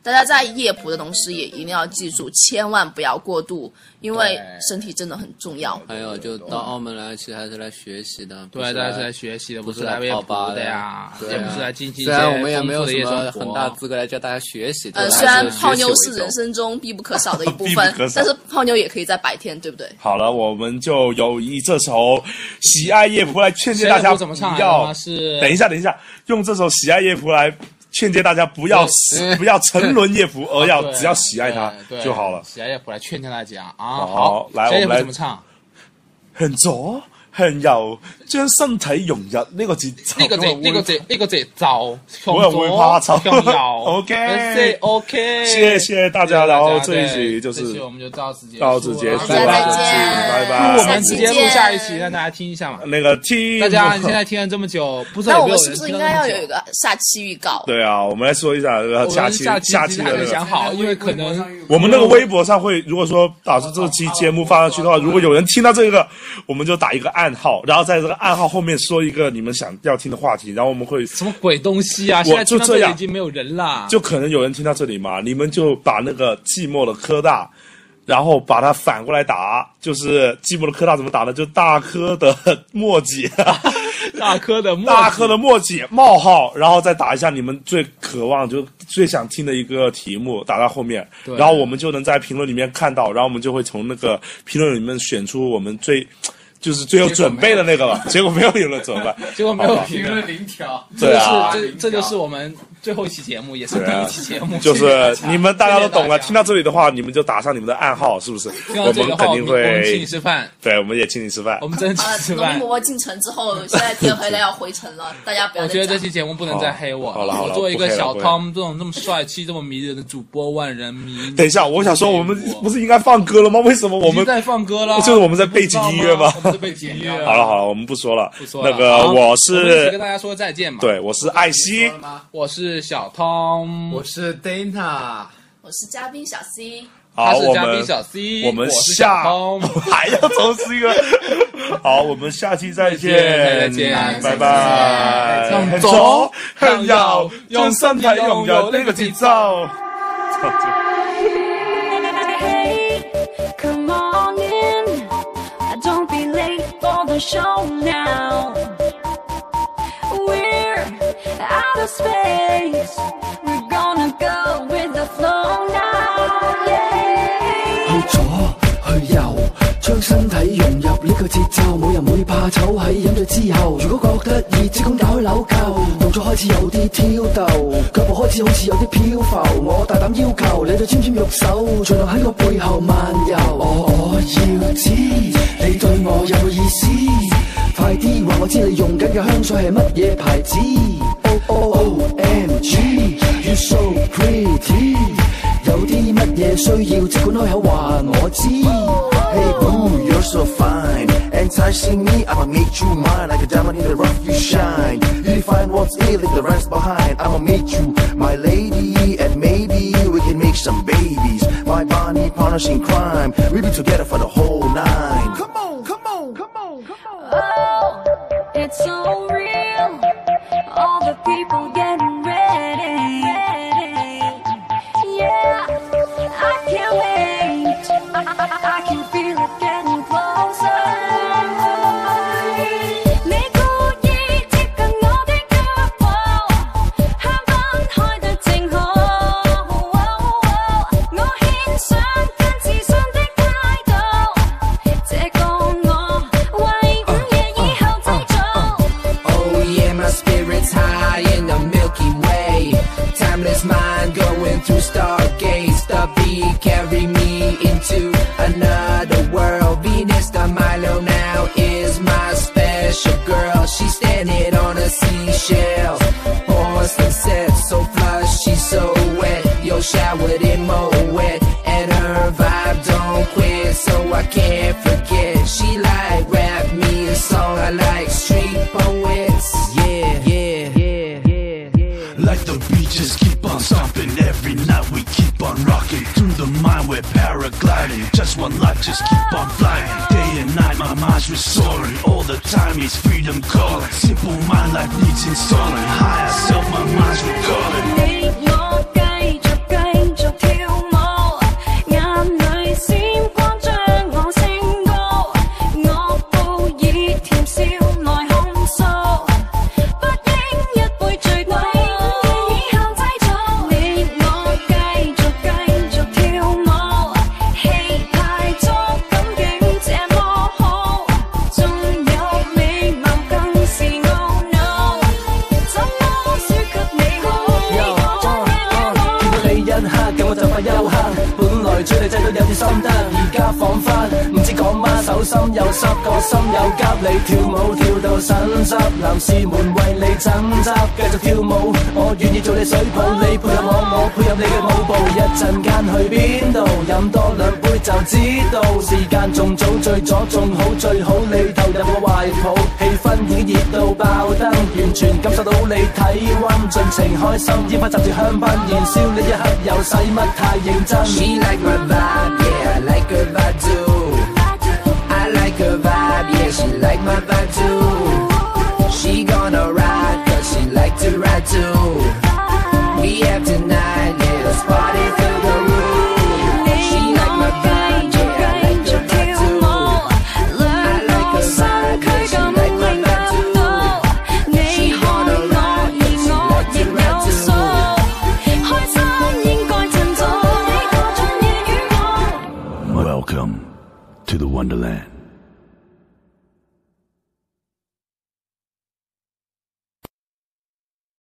S4: 大家在夜蒲的同时，也一定要记住，千万不要过度，因为身体真的很重要。
S7: 还有就到澳门来，其实还是来学习的。不
S3: 对，啊大家是来
S7: 来。
S3: 学习的，不
S7: 不
S3: 是
S7: 是
S3: 来
S7: 来
S3: 微
S7: 泡
S3: 博
S7: 吧
S3: 的
S7: 的
S3: 呀，
S7: 对
S3: 也
S7: 啊
S3: 不是来进行一
S7: 虽然我们也
S3: 些
S7: 没
S3: 丰富
S7: 有什
S3: 的夜
S7: 么
S3: 生
S7: 很
S3: 活。
S7: 大资格来教大家学习，
S4: 呃，
S7: 但是
S4: 虽
S7: 还
S4: 然
S7: 是
S4: 泡妞
S7: 学习
S4: 是
S7: 为
S4: 人
S7: 重
S4: 生中必不可少的一部
S7: (laughs)
S1: 必不
S4: 分
S1: 可，少
S4: 但是泡妞也可以在白天，对不对？
S1: 好了，我们就有以这首《喜爱夜蒲》来劝诫大
S3: 谁也
S1: 家
S3: 不怎么
S1: 不
S3: 唱来的
S1: 要
S3: 吗？。是
S1: 等一下，等一下，用这首《喜爱夜蒲》来劝诫大家不要
S7: 对
S1: 不要沉沦夜
S3: (laughs)
S1: 蒲，而要
S3: 哦对
S1: 啊
S3: 哎
S1: 只要喜爱它
S3: 对对
S1: 就好了。
S3: 喜爱夜浦来劝劝大家啊，
S1: 好来
S3: 喜爱夜
S1: 我
S3: 浦
S1: 们来
S3: 怎么唱？
S1: 很浊，向右，將身體融入呢個節奏。
S3: 呢個字，呢個字，呢個字就向
S1: 我又會怕
S3: 左
S1: 醜
S3: 向右
S1: (laughs) OK
S3: ，OK OK，
S1: 謝謝大家，然后这一集
S3: 集
S1: 就是
S3: 这一我们就到此结束了，
S1: 到此结束，
S4: 大家再见
S1: 拜
S3: 不
S1: 拜。
S3: 我们直接录下一期
S4: 见
S3: 让大家听一下嘛。
S1: 那个 T，
S3: 大家你现在听了这么久，不知道
S4: 那
S3: 有
S4: 我
S3: 没
S4: 们
S3: 有
S4: 是
S3: 人
S4: 不是
S3: 听
S4: 应
S3: 了
S4: 该要
S3: 这么
S4: 有一
S3: 久？
S4: 个下期预告？
S1: (laughs) 对啊，我们来说一下呃
S3: 我
S1: 下
S3: 们
S1: 期
S3: 下
S1: 下期
S3: 还
S1: 的
S3: 没
S1: 那个
S3: 想。好，因为可能
S1: 我们那个微博上会，如果说打出这期节目发上去的话，如果有人听到这个，我们就打一个暗号，然后在这个暗号后面说一个你们想要听的话题，然后我们会
S3: 什么鬼东西啊！现在听到
S1: 就这
S3: 这
S1: 样
S3: 里已经没有人了，
S1: 就可能有人听到这里嘛，你们就把那个寂寞的科大，然后把它反过来打，就是寂寞的科大怎么打呢？就大科的墨
S3: (laughs)
S1: 迹，
S3: 大科的墨
S1: 大科的墨迹冒号，然后再打一下你们最渴望就最想听的一个题目，打到后面，
S3: 对
S1: 然后我们就能在评论里面看到，然后我们就会从那个评论里面选出我们最。就是最有准备的那
S3: (laughs)
S1: 个吧，结果没有评论怎么办？
S3: 结果没有
S1: 好吧
S3: 评论，
S9: 零条，
S1: 对啊，
S3: 这这就是我们最后一期节目，也是
S1: 对
S3: 第
S1: 啊
S3: 一期节目，
S1: (laughs)
S3: (laughs)
S1: 就是你们大家都懂了，
S3: 谢
S1: 听
S3: 谢大家
S1: 到这里的话，你们就打上你们的暗号，是不是？
S3: 听
S1: 我
S3: 到这里
S1: 们
S3: 的话，
S1: 肯
S3: 我
S1: 定
S3: 们我们请你
S1: 会，
S3: 吃饭，
S1: 对，我们也请你吃饭
S3: 我。们真的请
S4: 呃
S3: (laughs) 你，吃
S4: 农
S3: 饭
S4: 民。伯伯进城之后，现在天回来要回城
S3: (laughs)
S4: 了，大家不要
S3: 我
S4: 再
S3: 觉得
S4: 讲
S3: 这期节目不能再黑我
S1: 好了好了
S3: 我作为一个小
S1: 不黑了
S3: Tom 这种这么帅气、这么迷人的主播，万人迷。
S1: 等一下，我想说，我们不是应该放歌了吗？为什么我
S3: 我们
S1: 们？
S3: 在放歌了，
S1: 就是我们在背景音乐吗
S3: 我们在背景音乐。
S1: 好了，好了，我们不说了。
S3: 不说了
S1: (laughs) 那个
S3: 好
S1: 我
S3: 我们一起跟
S1: 是
S3: 大家说再见嘛。，
S1: 对，我是艾希，
S3: 我是小 Tom，
S9: 我是 Dana，
S4: 我是嘉宾小 C，
S3: 他
S1: 好，
S3: 是
S1: 我
S3: 嘉宾
S1: 们
S3: 小 C，
S1: 我们
S3: 是小
S1: 下
S3: Tom，
S1: (laughs) 还要重新啊。好，我们下期再见，
S3: 再见
S1: 拜拜。
S3: 向
S1: 向
S3: 左
S1: 左，向右，
S3: 用
S1: 用身体融入呢个节奏。 (laughs)
S10: Hey, come on in. Don't be late for the show now. We're out of space. We're gonna go with the flow now. Yeah.
S6: 向左去右，將身體融入呢個節奏，冇人會怕醜喺飲醉之後。如果覺得熱，即管打開扭臼，動作開始有啲挑逗，腳步開始好似有啲漂浮。我大膽要求你對纖纖玉手，盡量喺我背後漫遊。我我要知你對我有冇意思，快啲話我知你用緊嘅香水係乜嘢牌子。O O O M G，you so pretty。有啲乜嘢需要，即管開口話我知。
S11: Hey boo, you're so fine. Enticing me, I'ma make you mine. Like a diamond in the rough, you shine. You define what's ill, leave the rest behind. I'ma meet you, my lady, and maybe we can make some babies. My body punishing crime. We'll be together for the whole nine. Come on, come on, come on, come on.
S10: Oh, it's so real. All the people getting ready. Yeah, I can't wait. I, I- I can feel it getting closer. 내 고기 지금 어딜 굽어. 한번 홀들 찡호. 너 흰상 단지 선택해도 제공 너 와인 예 이하우 조
S9: Oh yeah, my spirit's high in the Milky Way. Timeless mind going through stargaze. The beat carry me into another world. Venus the Milo now is my special girl. She's standing on a seashell. Porcelain set, so flush, she's so wet. Yo, showered in Moet, and her vibe don't quit, so I can't forget. She like rap me a song, I like street poets. Yeah, yeah, yeah, yeah, yeah.
S11: Like the beaches keep on stomping Every night we keep on rocking Through the mind we're paragliding Just one life, just keep on flying Day and night my mind's restoring All the time is freedom calling Simple mind life needs installing Higher self my mind's recalling
S10: 你我繼續繼續跳舞，眼裏閃光將我升高，我報以甜笑來控訴，不應一杯醉倒，以後製造。你我繼續繼續跳舞，氣派足感境這麼好，仲有美貌更是懊惱，怎麼輸給你好？
S11: Yo, on, on，見到你一刻，咁我就快休克。本來追你仔都有啲心得，而家放翻，唔知講乜，
S12: 手心又濕個心又急，你跳舞跳到腎濕，男士們為你爭執，繼續跳舞，我願意做你水泡，你配合我，我配合你嘅舞步，一陣間去邊度飲多兩杯就知道，時間仲早，醉咗仲好，最好你投入我懷抱，氣氛已經熱到爆燈，完全感受到你體温，盡情開心，煙花插住香檳，燃燒呢一刻又使乜太認真。
S9: She like my vibe, yeah, I like her vibe too. I like her vibe, yeah, she like my vibe too. She gonna ride, cause she like to ride too. We have tonight, yeah, let's party through the roof. She like my vibe, yeah, I like her vibe too. I like her vibe, yeah, she like my vibe too. She gonna ride, yeah, she like to ride too.
S10: 开心应该趁早，你过尽夜与我。
S13: Welcome to the Wonderland.